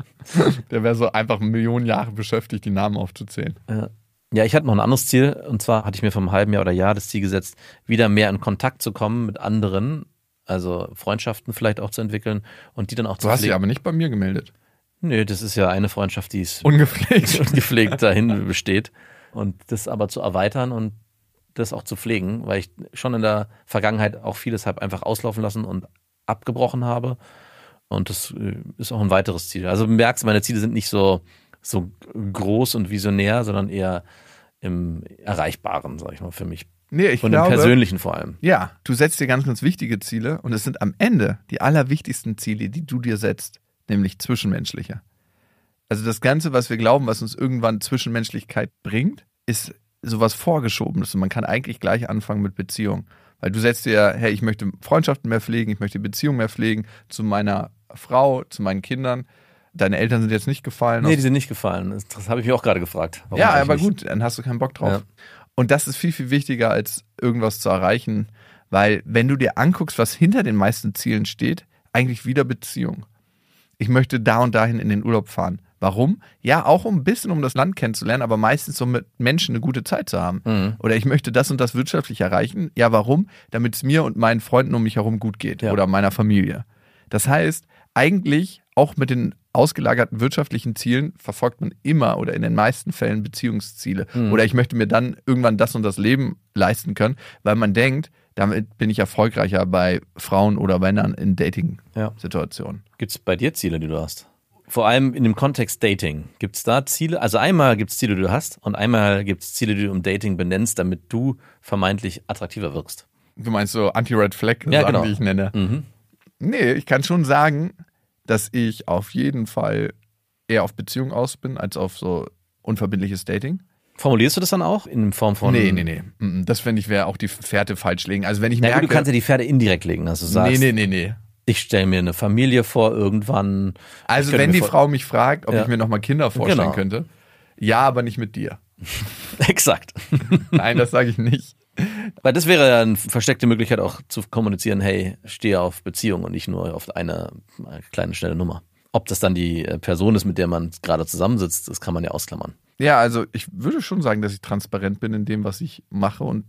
Der wäre so einfach Millionen Jahre beschäftigt, die Namen aufzuzählen.
Ja. Ja, ich hatte noch ein anderes Ziel und zwar hatte ich mir vor einem halben Jahr oder Jahr das Ziel gesetzt, wieder mehr in Kontakt zu kommen mit anderen, also Freundschaften vielleicht auch zu entwickeln und die dann auch
Du
zu
hast dich
pflegen.
aber nicht bei mir gemeldet.
Nö, das ist ja eine Freundschaft, die ist
Ungepflegt.
und gepflegt dahin besteht. Und das aber zu erweitern und das auch zu pflegen, weil ich schon in der Vergangenheit auch vieles habe einfach auslaufen lassen und abgebrochen habe. Und das äh, ist auch ein weiteres Ziel. Also du merkst, meine Ziele sind nicht so, so groß und visionär, sondern eher im Erreichbaren, sag ich mal, für mich.
Nee, ich
und im
glaube,
Persönlichen vor allem.
Ja, du setzt dir ganz, ganz wichtige Ziele und es sind am Ende die allerwichtigsten Ziele, die du dir setzt, nämlich zwischenmenschliche. Also das Ganze, was wir glauben, was uns irgendwann Zwischenmenschlichkeit bringt, ist sowas Vorgeschobenes und man kann eigentlich gleich anfangen mit Beziehung. Weil du setzt dir, hey, ich möchte Freundschaften mehr pflegen, ich möchte Beziehungen mehr pflegen zu meiner Frau, zu meinen Kindern. Deine Eltern sind jetzt nicht gefallen.
Nee,
aus
die sind nicht gefallen. Das, das habe ich mir auch gerade gefragt. warum
ja,
eigentlich
aber
nicht.
gut, dann hast du keinen Bock drauf.
Ja.
Und das ist viel, viel wichtiger, als irgendwas zu erreichen, weil wenn du dir anguckst, was hinter den meisten Zielen steht, eigentlich wieder Beziehung. Ich möchte da und dahin in den Urlaub fahren. Warum? Ja, auch um ein bisschen, um das Land kennenzulernen, aber meistens um mit Menschen eine gute Zeit zu haben.
Mhm.
Oder ich möchte das und das wirtschaftlich erreichen. Ja, warum? Damit es mir und meinen Freunden um mich herum gut geht
Ja.
oder meiner Familie. Das heißt, eigentlich auch mit den ausgelagerten wirtschaftlichen Zielen verfolgt man immer oder in den meisten Fällen Beziehungsziele.
Mhm.
Oder ich möchte mir dann irgendwann das und das Leben leisten können, weil man denkt, damit bin ich erfolgreicher bei Frauen oder Männern in
Ja.
Dating-Situationen.
Gibt es bei dir Ziele, die du hast? Vor allem in dem Kontext Dating. Gibt es da Ziele? Also einmal gibt es Ziele, die du hast und einmal gibt es Ziele, die du im Dating benennst, damit du vermeintlich attraktiver wirkst.
Du meinst so Anti-Red Flag,
Ja,
Sachen,
genau.
die ich nenne. Nee, ich kann schon sagen, dass ich auf jeden Fall eher auf Beziehung aus bin, als auf so unverbindliches Dating.
Formulierst du das dann auch in Form von...
nee, nee, nee. Mm, mm. Das fände ich wäre auch die Fährte falsch legen. Also wenn ich
Na gut,
merke,
du kannst ja die Pferde indirekt legen, dass du sagst,
Nee, nee, nee, nee.
ich stelle mir eine Familie vor irgendwann. Ich
Also
könnte
wenn
mir
die
vor-
Frau mich fragt, ob
Ja.
ich mir nochmal Kinder vorstellen
Genau.
könnte, ja, aber nicht mit dir.
Exakt.
Nein, das sage ich nicht.
Weil das wäre ja eine versteckte Möglichkeit auch zu kommunizieren, hey, stehe auf Beziehung und nicht nur auf eine kleine, schnelle Nummer. Ob das dann die äh, Person ist, mit der man gerade zusammensitzt, das kann man ja ausklammern.
Ja, also ich würde schon sagen, dass ich transparent bin in dem, was ich mache und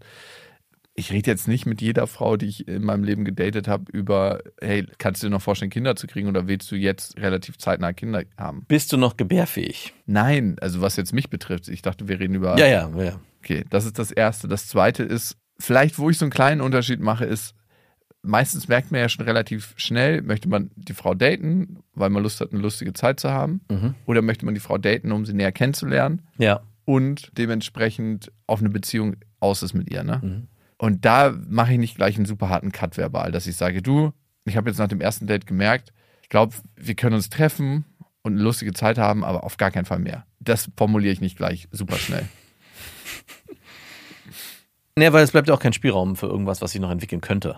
ich rede jetzt nicht mit jeder Frau, die ich in meinem Leben gedatet habe, über, hey, kannst du dir noch vorstellen, Kinder zu kriegen oder willst du jetzt relativ zeitnah Kinder haben?
Bist du noch gebärfähig?
Nein, also was jetzt mich betrifft, ich dachte, wir reden über.
Ja, ja, ja.
Okay, das ist das Erste. Das Zweite ist, vielleicht, wo ich so einen kleinen Unterschied mache, ist, meistens merkt man ja schon relativ schnell, möchte man die Frau daten, weil man Lust hat, eine lustige Zeit zu haben, oder möchte man die Frau daten, um sie näher kennenzulernen
Ja.
und dementsprechend auf eine Beziehung aus ist mit ihr. Ne? Und da mache ich nicht gleich einen super harten Cut verbal, dass ich sage, du, ich habe jetzt nach dem ersten Date gemerkt, ich glaube, wir können uns treffen und eine lustige Zeit haben, aber auf gar keinen Fall mehr. Das formuliere ich nicht gleich super schnell.
Nee, weil es bleibt ja auch kein Spielraum für irgendwas, was sich noch entwickeln könnte.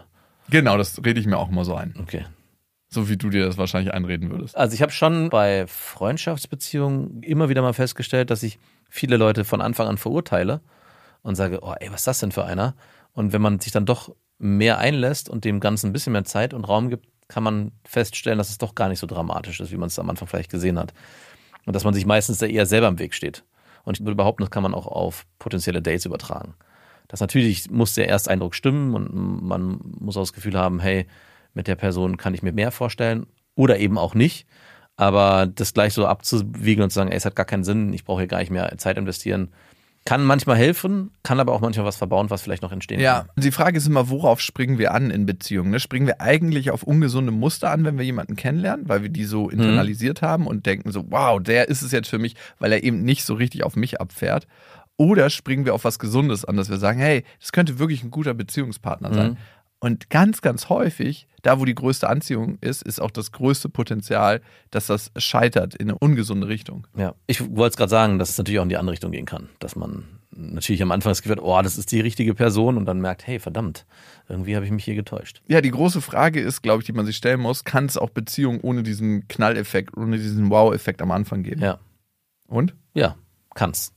genau, das rede ich mir auch immer so ein.
Okay.
So wie du dir das wahrscheinlich einreden würdest.
Also ich habe schon bei Freundschaftsbeziehungen immer wieder mal festgestellt, dass ich viele Leute von Anfang an verurteile und sage, oh ey, was ist das denn für einer? Und wenn man sich dann doch mehr einlässt und dem Ganzen ein bisschen mehr Zeit und Raum gibt, kann man feststellen, dass es doch gar nicht so dramatisch ist, wie man es am Anfang vielleicht gesehen hat. Und dass man sich meistens da eher selber im Weg steht. Und ich würde behaupten, das kann man auch auf potenzielle Dates übertragen. Das natürlich muss der Ersteindruck stimmen und man muss auch das Gefühl haben, hey, mit der Person kann ich mir mehr vorstellen oder eben auch nicht. Aber das gleich so abzuwiegeln und zu sagen, ey, es hat gar keinen Sinn, ich brauche hier gar nicht mehr Zeit investieren, kann manchmal helfen, kann aber auch manchmal was verbauen, was vielleicht noch entstehen
Ja,
kann.
und die Frage ist immer, worauf springen wir an in Beziehungen? Ne? Springen wir eigentlich auf ungesunde Muster an, wenn wir jemanden kennenlernen, weil wir die so internalisiert haben und denken so, wow, der ist es jetzt für mich, weil er eben nicht so richtig auf mich abfährt? Oder springen wir auf was Gesundes an, dass wir sagen, hey, das könnte wirklich ein guter Beziehungspartner sein? Und ganz, ganz häufig, da wo die größte Anziehung ist, ist auch das größte Potenzial, dass das scheitert in eine ungesunde Richtung.
Ja, ich wollte es gerade sagen, dass es natürlich auch in die andere Richtung gehen kann, dass man natürlich am Anfang das Gefühl hat, oh, das ist die richtige Person und dann merkt, hey, verdammt, irgendwie habe ich mich hier getäuscht.
Ja, die große Frage ist, glaube ich, die man sich stellen muss, kann es auch Beziehungen ohne diesen Knalleffekt, ohne diesen Wow-Effekt am Anfang geben?
Ja,
Und?
ja, kann's.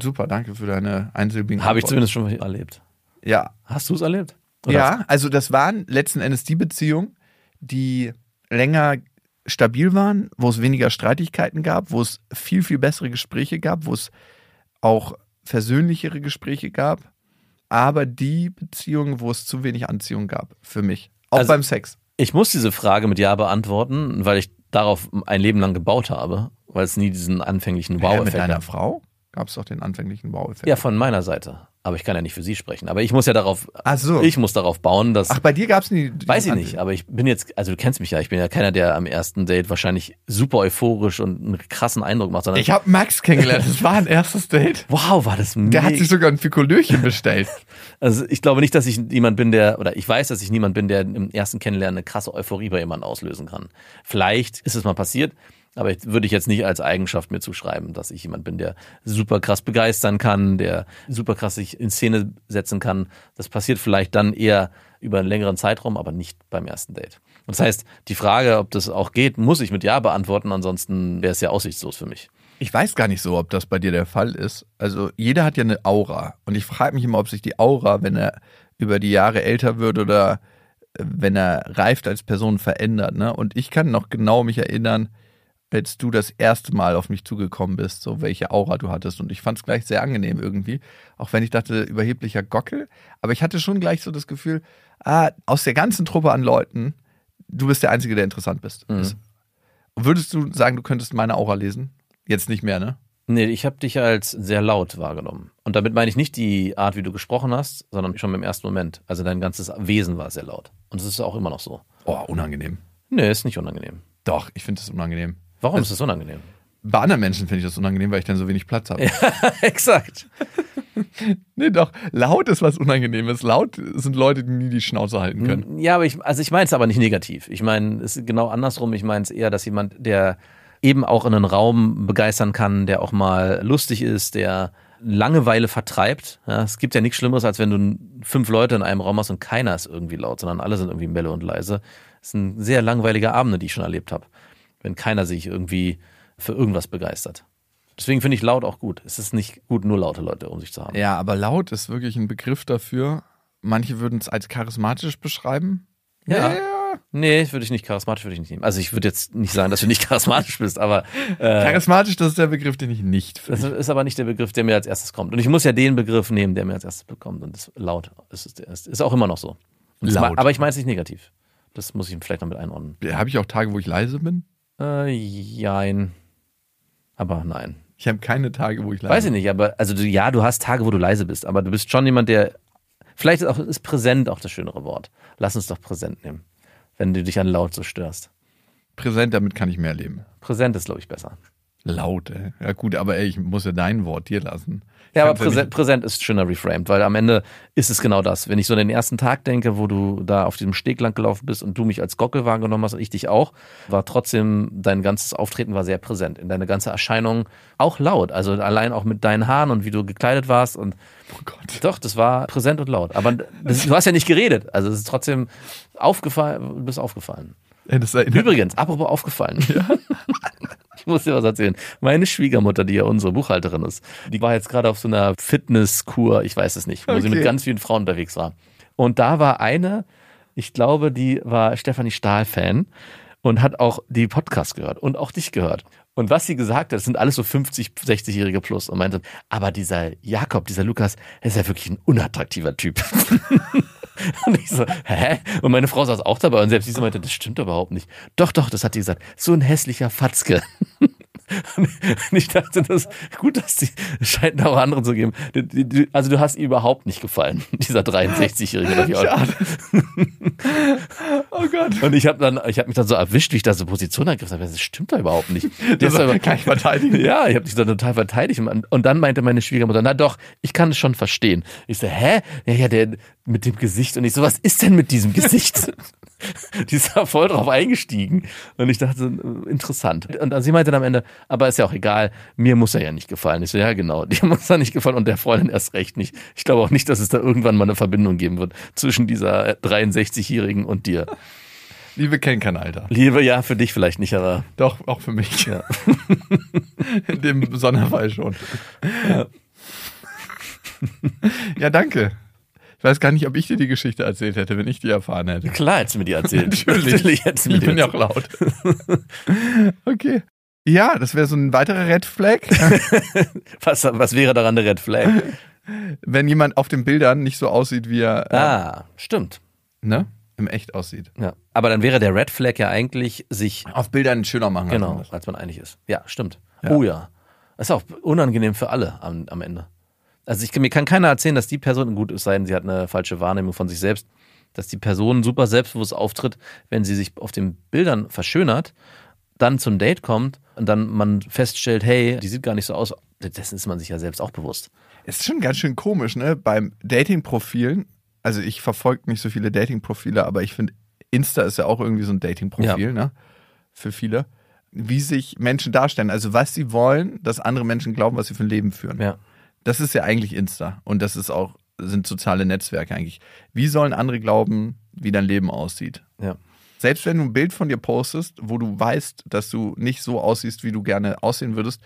Super, danke für deine einsilbigen
Habe ich
Antworten.
zumindest schon erlebt.
Ja,
Hast du es erlebt? Oder hast-
ja also das waren letzten Endes die Beziehungen, die länger stabil waren, wo es weniger Streitigkeiten gab, wo es viel, viel bessere Gespräche gab, wo es auch versöhnlichere Gespräche gab, aber die Beziehungen, wo es zu wenig Anziehung gab, für mich. Auch
Also-
beim Sex.
Ich muss diese Frage mit Ja beantworten, weil ich darauf ein Leben lang gebaut habe, weil es nie diesen anfänglichen
Hä, mit
Wow-Effekt
deiner
gab.
Frau gab es doch den anfänglichen Wow-Effekt.
Ja, von meiner Seite. Aber ich kann ja nicht für sie sprechen. Aber ich muss ja darauf,
Ach so.
ich muss darauf bauen, dass,
Ach, bei dir gab es nie.
weiß ich nicht, aber ich bin jetzt, also du kennst mich ja, ich bin ja keiner, der am ersten Date wahrscheinlich super euphorisch und einen krassen Eindruck macht, sondern
Ich habe Max kennengelernt. Das war ein erstes Date.
wow, war das mega.
Der hat sich sogar ein Pikolöchen bestellt.
Also ich glaube nicht, dass ich jemand bin, der, oder ich weiß, dass ich niemand bin, der im ersten Kennenlernen eine krasse Euphorie bei jemandem auslösen kann. Vielleicht ist es mal passiert, aber ich, würde ich jetzt nicht als Eigenschaft mir zuschreiben, dass ich jemand bin, der super krass begeistern kann, der super krass sich in Szene setzen kann. Das passiert vielleicht dann eher über einen längeren Zeitraum, aber nicht beim ersten Date. Und das heißt, die Frage, ob das auch geht, muss ich mit Ja beantworten, ansonsten wäre es ja aussichtslos für mich.
Ich weiß gar nicht so, ob das bei dir der Fall ist. Also jeder hat ja eine Aura. Und ich frage mich immer, ob sich die Aura, wenn er über die Jahre älter wird oder äh, wenn er reift als Person verändert. Ne? Und ich kann noch genau mich erinnern, als du das erste Mal auf mich zugekommen bist, so welche Aura du hattest. Und ich fand es gleich sehr angenehm irgendwie. Auch wenn ich dachte, überheblicher Gockel. Aber ich hatte schon gleich so das Gefühl, ah, aus der ganzen Truppe an Leuten, du bist der Einzige, der interessant bist. Ist- Würdest du sagen, du könntest meine Aura lesen? Jetzt nicht mehr, ne?
Nee, ich habe dich als sehr laut wahrgenommen. Und damit meine ich nicht die Art, wie du gesprochen hast, sondern schon im ersten Moment. Also dein ganzes Wesen war sehr laut. Und es ist auch immer noch so.
Oh, unangenehm.
Nee, ist nicht unangenehm.
Doch, ich finde das unangenehm.
Warum ist es unangenehm?
Bei anderen Menschen finde ich das unangenehm, weil ich dann so wenig Platz habe.
Exakt.
Nee, doch, laut ist was Unangenehmes. Laut sind Leute, die nie die Schnauze halten können.
Ja, aber ich, also ich meine es aber nicht negativ. Ich meine, es ist genau andersrum. Ich meine es eher, dass jemand, der eben auch in einen Raum begeistern kann, der auch mal lustig ist, der Langeweile vertreibt. Ja, es gibt ja nichts Schlimmeres, als wenn du fünf Leute in einem Raum hast und keiner ist irgendwie laut, sondern alle sind irgendwie melle und leise. Es sind sehr langweilige Abende, die ich schon erlebt habe, wenn keiner sich irgendwie für irgendwas begeistert. Deswegen finde ich laut auch gut. Es ist nicht gut, nur laute Leute um sich zu haben.
Ja, aber laut ist wirklich ein Begriff dafür. Manche würden es als charismatisch beschreiben.
Ja. Nee, würde ich nicht charismatisch würde ich nicht nehmen. Also ich würde jetzt nicht sagen, dass du nicht charismatisch bist, aber äh,
Charismatisch, das ist der Begriff, den ich nicht finde.
das ist aber nicht der Begriff, der mir als erstes kommt. Und ich muss ja den Begriff nehmen, der mir als erstes kommt. Und das laut das ist, das ist auch immer noch so. Und das
Laut.
ma- Aber ich meine es nicht negativ. Das muss ich vielleicht noch mit einordnen.
Habe ich auch Tage, wo ich leise bin?
Äh, jein. Aber nein.
Ich habe keine Tage, wo ich leise
Weiß ich nicht, aber also du, ja, du hast Tage, wo du leise bist, aber du bist schon jemand, der vielleicht ist auch ist präsent auch das schönere Wort. Lass uns doch präsent nehmen, wenn du dich an laut so störst.
bin. Präsent, damit kann ich mehr leben.
Präsent ist glaube ich besser.
Laut, ey. Ja gut, aber ey, ich muss ja dein Wort dir lassen. Ich
Ja, aber
kann's
präsent,
nicht-
präsent ist schöner reframed, weil am Ende ist es genau das. Wenn ich so an den ersten Tag denke, wo du da auf diesem Steg lang gelaufen bist und du mich als Gockel wahrgenommen hast und ich dich auch, war trotzdem dein ganzes Auftreten war sehr präsent. In deine ganze Erscheinung auch laut. Also allein auch mit deinen Haaren und wie du gekleidet warst und
Oh Gott.
Doch, das war präsent und laut. Aber das, du hast ja nicht geredet. Also es ist trotzdem aufgefallen, du bist aufgefallen.
Ey, das erinnert
Übrigens, apropos aufgefallen. Ich muss dir was erzählen. Meine Schwiegermutter, die ja unsere Buchhalterin ist, die war jetzt gerade auf so einer Fitnesskur, ich weiß es nicht, wo sie
Okay.
mit ganz vielen Frauen unterwegs war. Und da war eine, ich glaube, die war Stefanie Stahl-Fan und hat auch die Podcast gehört und auch dich gehört. Und was sie gesagt hat, das sind alles so 50, 60-Jährige plus und meinte, aber dieser Jakob, dieser Lukas, er ist ja wirklich ein unattraktiver Typ. Und ich so, hä? Und meine Frau saß auch dabei und selbst sie meinte, das stimmt überhaupt nicht. Doch, doch, das hat die gesagt. So ein hässlicher Fatzke. Und ich dachte, das ist gut, dass die es scheint auch anderen zu geben. Du- du- du- Also du hast ihr überhaupt nicht gefallen, dieser 63-Jährige. oder wie auch immer.
Oh Gott.
Und ich habe dann, ich habe mich dann so erwischt, wie ich da so Position ergriffen habe. Das stimmt doch überhaupt nicht. Der ist
Das
aber-
kann ich verteidigen.
ja, ich habe dich dann total verteidigt. Und und dann meinte meine Schwiegermutter, na doch, ich kann es schon verstehen. Ich so, hä? Ja, ja, der mit dem Gesicht. Und ich so, was ist denn mit diesem Gesicht? Die ist da voll drauf eingestiegen. Und ich dachte, äh, interessant. Und dann- sie meinte dann am Ende, aber ist ja auch egal, mir muss er ja nicht gefallen. Ich so, ja, genau, dir muss er nicht gefallen und der Freundin erst recht nicht. Ich glaube auch nicht, dass es da irgendwann mal eine Verbindung geben wird zwischen dieser 63-Jährigen und dir.
Liebe kennen kein Alter.
Liebe, ja, für dich vielleicht nicht, aber
Doch, auch für mich. In dem Sonderfall schon. Ja. danke. Ich weiß gar nicht, ob ich dir die Geschichte erzählt hätte, wenn ich die erfahren hätte.
klar hättest du mir die erzählt.
Natürlich.
hättest du mir
Ich
die
bin ja auch
erzählt.
laut. Okay. Ja, das wäre so ein weiterer Red Flag,
Was, was wäre daran der Red Flag?
wenn jemand auf den Bildern nicht so aussieht, wie er äh,
Ah, stimmt.
ne, im Echt aussieht.
Ja. Aber dann wäre der Red Flag ja eigentlich sich,
Auf Bildern schöner machen. als
genau,
anders.
als man eigentlich ist. Ja, stimmt. Oh ja. Ist auch unangenehm für alle am, am Ende. Also ich, mir kann keiner erzählen, dass die Person, gut es sei denn, sie hat eine falsche Wahrnehmung von sich selbst, dass die Person super selbstbewusst auftritt, wenn sie sich auf den Bildern verschönert, dann zum Date kommt und dann man feststellt, hey, die sieht gar nicht so aus. Dessen ist man sich ja selbst auch bewusst.
Ist schon ganz schön komisch, ne? Beim Dating-Profilen, also ich verfolge nicht so viele Dating-Profile, aber ich finde, Insta ist ja auch irgendwie so ein Dating-Profil,
Ja.
ne? Für viele. Wie sich Menschen darstellen, also was sie wollen, dass andere Menschen glauben, was sie für ein Leben führen.
Ja.
Das ist ja eigentlich Insta und das ist auch, sind soziale Netzwerke eigentlich. Wie sollen andere glauben, wie dein Leben aussieht?
Ja.
Selbst wenn du ein Bild von dir postest, wo du weißt, dass du nicht so aussiehst, wie du gerne aussehen würdest,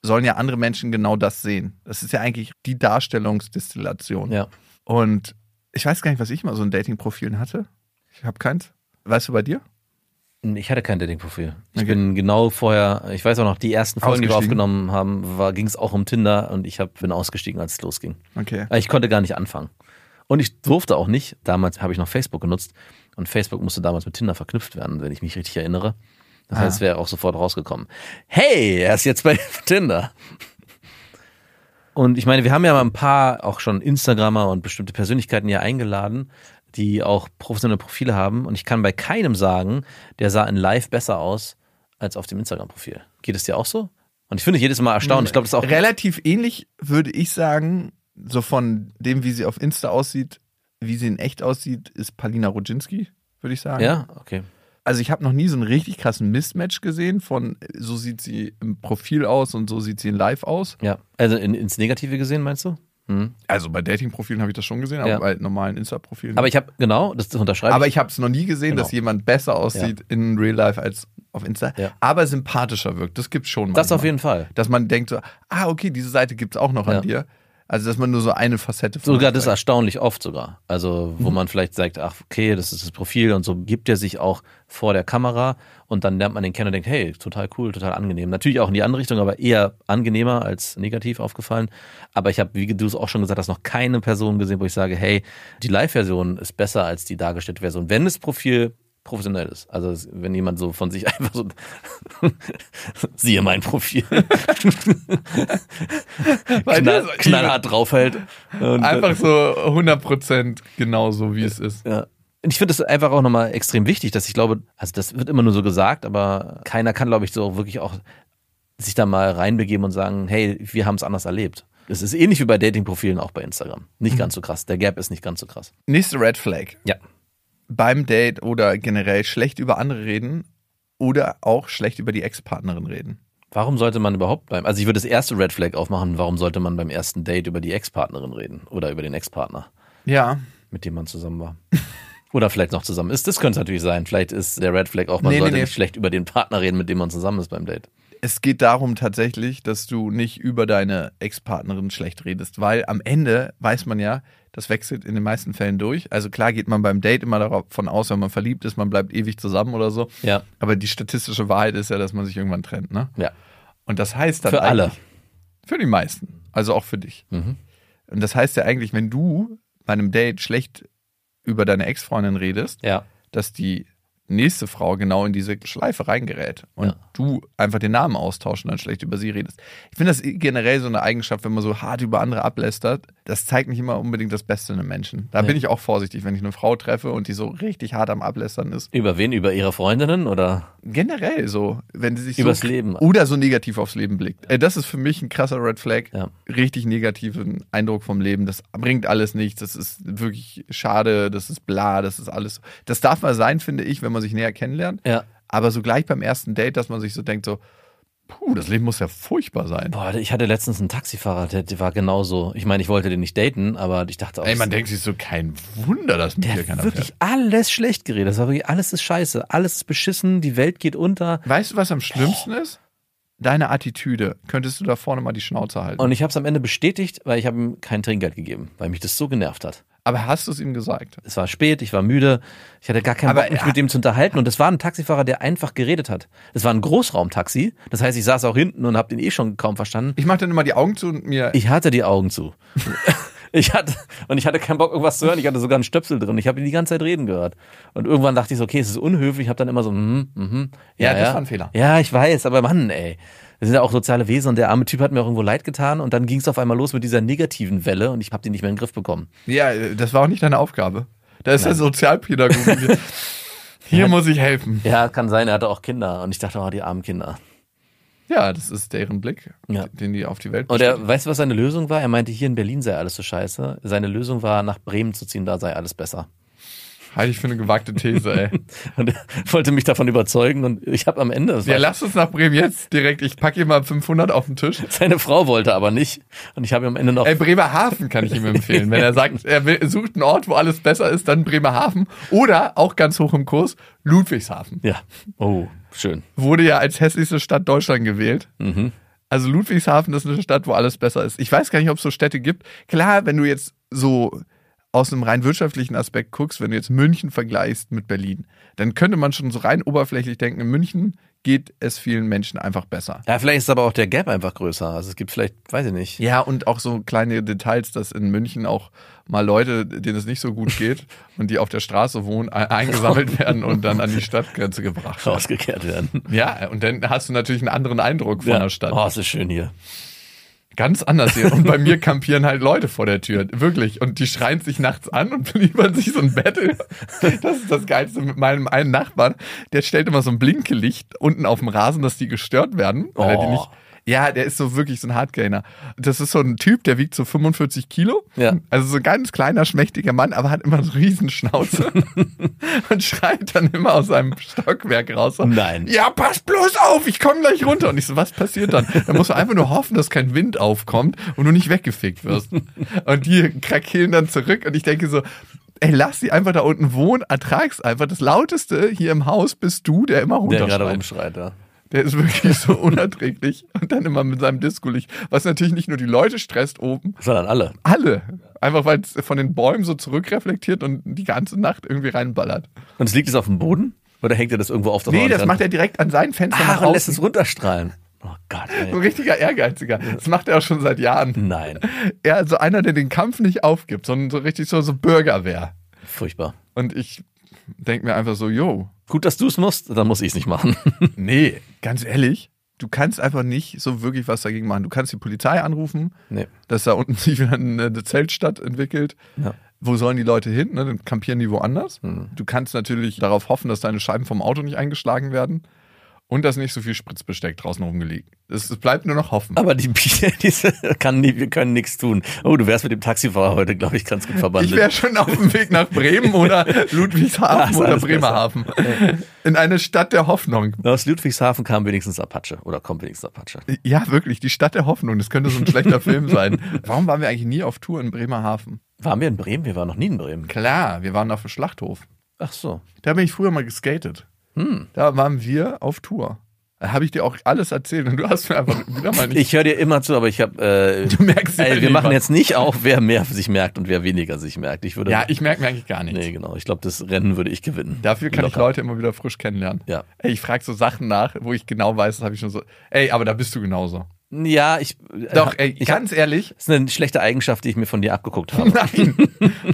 sollen ja andere Menschen genau das sehen. Das ist ja eigentlich die Darstellungsdestillation.
Ja.
Und ich weiß gar nicht, was ich mal so ein Dating-Profilen hatte. Ich habe keins. Weißt du bei dir?
Ich hatte kein Dating-Profil. Ich
Okay.
bin genau vorher, ich weiß auch noch, die ersten Folgen, die wir
Ausgestiegen?
aufgenommen haben, ging es auch um Tinder und ich hab, bin ausgestiegen, als es losging.
Okay.
Aber Äh, Ich konnte gar nicht anfangen. Und ich durfte auch nicht, damals habe ich noch Facebook genutzt und Facebook musste damals mit Tinder verknüpft werden, wenn ich mich richtig erinnere. Das heißt, es wäre auch sofort rausgekommen. Hey, er ist jetzt bei Tinder. Und ich meine, wir haben ja mal ein paar auch schon Instagrammer und bestimmte Persönlichkeiten hier eingeladen, die auch professionelle Profile haben. Und ich kann bei keinem sagen, der sah in Live besser aus als auf dem Instagram-Profil. Geht es dir auch so? Und ich finde jedes Mal erstaunt. Ich glaube, das ist auch
Relativ ähnlich, würde ich sagen, so von dem, wie sie auf Insta aussieht, wie sie in echt aussieht, ist Palina Rodzinski, würde ich sagen.
Ja, okay.
Also ich habe noch nie so einen richtig krassen Mismatch gesehen von äh, so sieht sie im Profil aus und so sieht sie in Live aus.
Ja. Also in, ins Negative gesehen, meinst du? Hm.
Also bei Dating-Profilen habe ich das schon gesehen, aber
Ja.
bei normalen Insta-Profilen.
Aber ich habe, genau, das das unterschreibe
Aber
ich.
ich habe es noch nie gesehen,
Genau.
dass jemand besser aussieht in Real Life als auf Insta,
Ja.
aber sympathischer wirkt. Das gibt's schon.
Das
manchmal.
auf jeden Fall.
Dass man denkt so, ah okay, diese Seite gibt's auch noch
Ja.
an dir. Also, dass man nur so eine Facette von
Sogar
uns
das ist
zeigt.
erstaunlich oft sogar. Also,
Mhm.
wo man vielleicht sagt, ach, okay, das ist das Profil und so gibt er sich auch vor der Kamera und dann lernt man den kennen und denkt, hey, total cool, total angenehm. Natürlich auch in die andere Richtung, aber eher angenehmer als negativ aufgefallen. Aber ich habe, wie du es auch schon gesagt hast, noch keine Person gesehen, wo ich sage, hey, die Live-Version ist besser als die dargestellte Version, wenn das Profil professionell ist. Also es- wenn jemand so von sich einfach so siehe mein Profil
Weil
knall,
das-
knallhart draufhält und
Einfach so 100% genau so, wie es ist.
Ja. Und ich finde es einfach auch nochmal extrem wichtig, dass ich glaube, also das wird immer nur so gesagt, aber keiner kann, glaube ich, so wirklich auch sich da mal reinbegeben und sagen, hey, wir haben es anders erlebt. Das ist ähnlich wie bei Datingprofilen auch bei Instagram. Nicht ganz so krass. Der Gap ist nicht ganz so krass.
Nächste Red Flag.
Mhm. Ja.
Beim Date oder generell schlecht über andere reden oder auch schlecht über die Ex-Partnerin reden.
Warum sollte man überhaupt beim, also ich würde das erste Red Flag aufmachen, warum sollte man beim ersten Date über die Ex-Partnerin reden oder über den Ex-Partner,
Ja.
mit dem man zusammen war? Oder vielleicht noch zusammen ist. Das könnte es natürlich sein. Vielleicht ist der Red Flag auch, man
Nee, nee,
sollte
nee.
nicht schlecht über den Partner reden, mit dem man zusammen ist beim Date.
Es geht darum tatsächlich, dass du nicht über deine Ex-Partnerin schlecht redest, weil am Ende weiß man ja, das wechselt in den meisten Fällen durch. Also klar geht man beim Date immer davon aus, wenn man verliebt ist, man bleibt ewig zusammen oder so.
Ja.
Aber die statistische Wahrheit ist ja, dass man sich irgendwann trennt, ne?
Ja.
Und das heißt dann
Für alle. Mhm.
eigentlich- Für die meisten. Also auch für dich. Und das heißt ja eigentlich, wenn du bei einem Date schlecht über deine Ex-Freundin redest,
Ja.
dass die nächste Frau genau in diese Schleife reingerät und
Ja.
du einfach den Namen austauschen und dann schlecht über sie redest. Ich finde das generell so eine Eigenschaft, wenn man so hart über andere ablästert, das zeigt nicht immer unbedingt das Beste in einem Menschen. Da bin ich auch vorsichtig, wenn ich eine Frau treffe und die so richtig hart am Ablästern ist.
Über wen? Über ihre Freundinnen oder?
Generell so, wenn sie sich
Übers
so
Leben.
oder so negativ aufs Leben blickt. Äh, Das ist für mich ein krasser Red Flag.
Ja.
Richtig negativen Eindruck vom Leben. Das bringt alles nichts. Das ist wirklich schade. Das ist bla. Das ist alles. Das darf mal sein, finde ich, wenn man sich näher kennenlernt.
Ja.
Aber so gleich beim ersten Date, dass man sich so denkt, so, puh, das Leben muss ja furchtbar sein.
Boah, ich hatte letztens einen Taxifahrer, der, der war genauso. Ich meine, ich wollte den nicht daten, aber ich dachte auch.
Ey, man denkt sich so, kein Wunder, dass mit
Oh, der
dir
hat
keiner
wirklich
fährt.
alles schlecht geredet. Das war wirklich, alles ist scheiße, alles ist beschissen, die Welt geht unter.
Weißt du, was am schlimmsten ist? Deine Attitüde. Könntest du da vorne mal die Schnauze halten?
Und ich habe es am Ende bestätigt, weil ich habe ihm kein Trinkgeld gegeben, weil mich das so genervt hat.
Aber hast du es ihm gesagt?
Es war spät, ich war müde, ich hatte gar keinen
Aber
Bock, mich
er-
mit dem zu unterhalten. Und das war ein Taxifahrer, der einfach geredet hat. Es war ein Großraumtaxi, das heißt, ich saß auch hinten und habe den eh schon kaum verstanden.
Ich mache dann immer die Augen zu und mir
Ich hatte die Augen zu. Ich hatte, und ich hatte keinen Bock, irgendwas zu hören. Ich hatte sogar einen Stöpsel drin. Ich habe ihn die ganze Zeit reden gehört. Und irgendwann dachte ich so, okay, es ist unhöflich. Ich habe dann immer so, mhm, mhm.
Ja, das war ein Fehler.
Ja, ich weiß, aber Mann, ey. Wir sind ja auch soziale Wesen und der arme Typ hat mir auch irgendwo leid getan. Und dann ging es auf einmal los mit dieser negativen Welle und ich habe die nicht mehr in den Griff bekommen.
Ja, das war auch nicht deine Aufgabe. Da ist der Sozialpädagoge. Hier muss ich helfen.
Ja, kann sein, er hatte auch Kinder. Und ich dachte, oh, die armen Kinder.
Ja, das ist deren Blick,
Ja.
den die auf die Welt
Und
bestätigen.
er, weißt du, was seine Lösung war? Er meinte, hier in Berlin sei alles so scheiße. Seine Lösung war, nach Bremen zu ziehen, da sei alles besser.
Halte ich für eine gewagte These, ey.
Und er wollte mich davon überzeugen und ich habe am Ende, das
ja,
war
lass uns nach Bremen jetzt direkt. Ich packe hier mal 500 auf den Tisch.
Seine Frau wollte aber nicht. Und ich habe ihm am Ende noch.
Ey, Bremerhaven kann ich ihm empfehlen. Wenn er sagt, er will, sucht einen Ort, wo alles besser ist, dann Bremerhaven. Oder, auch ganz hoch im Kurs, Ludwigshafen.
ja. Oh, schön.
Wurde ja als hässlichste Stadt Deutschland gewählt. Also Ludwigshafen ist eine Stadt, wo alles besser ist. Ich weiß gar nicht, ob es so Städte gibt. Klar, wenn du jetzt so aus einem rein wirtschaftlichen Aspekt guckst, wenn du jetzt München vergleichst mit Berlin, dann könnte man schon so rein oberflächlich denken, in München geht es vielen Menschen einfach besser.
Ja, vielleicht ist aber auch der Gap einfach größer. Also es gibt vielleicht, weiß ich nicht.
Ja, und auch so kleine Details, dass in München auch mal Leute, denen es nicht so gut geht und die auf der Straße wohnen, e- eingesammelt werden und dann an die Stadtgrenze gebracht
Oh,
werden.
Rausgekehrt werden.
Ja, und dann hast du natürlich einen anderen Eindruck von der Stadt.
Oh, es ist schön hier.
Ganz anders hier. Und bei mir kampieren halt Leute vor der Tür. Wirklich. Und die schreien sich nachts an und liefern sich so ein Battle. Das ist das Geilste mit meinem einen Nachbarn. Der stellt immer so ein Blinkelicht unten auf dem Rasen, dass die gestört werden. Weil er die
Oh.
nicht ja, der ist so wirklich so ein Hardgainer. Das ist so ein Typ, der wiegt so 45 Kilo.
Ja.
Also so ein ganz kleiner, schmächtiger Mann, aber hat immer so eine Riesenschnauze. und schreit dann immer aus seinem Stockwerk raus. so,
Oh Nein.
ja, pass bloß auf, ich komme gleich runter. Und ich so, was passiert dann? Dann musst du einfach nur hoffen, dass kein Wind aufkommt und du nicht weggefickt wirst. Und die krakeln dann zurück und ich denke so, ey, lass sie einfach da unten wohnen, ertrag's einfach. Das Lauteste hier im Haus bist du, der immer
Der gerade
runterschreit.
rumschreit. Ja.
Der ist wirklich so unerträglich. Und dann immer mit seinem Disco-Licht, was natürlich nicht nur die Leute stresst oben,
Sondern alle.
alle. Einfach weil es von den Bäumen so zurückreflektiert und die ganze Nacht irgendwie reinballert.
Und es liegt es auf dem Boden? Oder hängt er das irgendwo auf der
Nee, das
Wand?
macht er direkt an seinen Fenstern
Ach,
nach
Ah, und lässt
außen.
es runterstrahlen. Oh Gott,
So ein
ey.
richtiger Ehrgeiziger. Das macht er auch schon seit Jahren.
Nein.
Er so einer, der den Kampf nicht aufgibt, sondern so richtig so, so Bürgerwehr.
Furchtbar.
Und ich denke mir einfach so, yo,
Gut, dass du es musst, dann muss ich es nicht machen.
nee, ganz ehrlich, du kannst einfach nicht so wirklich was dagegen machen. Du kannst die Polizei anrufen,
nee.
dass da unten sich wieder eine eine Zeltstadt entwickelt.
Ja.
Wo sollen die Leute hin? Ne? Dann kampieren die woanders. Du kannst natürlich darauf hoffen, dass deine Scheiben vom Auto nicht eingeschlagen werden und dass nicht so viel Spritzbesteck draußen rumgelegt. Es, es bleibt nur noch hoffen.
Aber die Bier, diese kann nie, wir können nichts tun. Oh, du wärst mit dem Taxifahrer heute, glaube ich, ganz gut
ich
verbandelt.
wäre schon auf dem Weg nach Bremen oder
Das
Ludwigshafen
ist
oder
alles
Bremerhaven. In eine Stadt der Hoffnung.
Aus Ludwigshafen kam wenigstens Apache oder kommt wenigstens Apache.
Ja, wirklich, die Stadt der Hoffnung. Das könnte so ein schlechter Film sein. Warum waren wir eigentlich nie auf Tour in Bremerhaven?
Waren wir in Bremen? Wir waren noch nie in Bremen.
Klar, wir waren auf dem Schlachthof.
Ach so.
Da bin ich früher mal geskatet.
Hm.
Da waren wir auf Tour. Da habe ich dir auch alles erzählt und du hast mir einfach wieder mal nicht.
Ich höre dir immer zu, aber ich habe. Äh,
Du merkst
ey,
ja
Wir
nie
machen
was.
jetzt nicht auch, wer mehr sich merkt und wer weniger sich merkt. Ich würde.
ja, ich merke mir eigentlich gar nichts.
Nee, genau. Ich glaube, das Rennen würde ich gewinnen.
Dafür kann ich
Locker.
Leute immer wieder frisch kennenlernen.
Ja.
Ey, ich frage so Sachen nach, wo ich genau weiß, das habe ich schon so. Ey, aber da bist du genauso.
Ja, ich.
Doch, ey,
ich
ganz ehrlich.
Das ist eine schlechte Eigenschaft, die ich mir von dir abgeguckt habe.
Nein.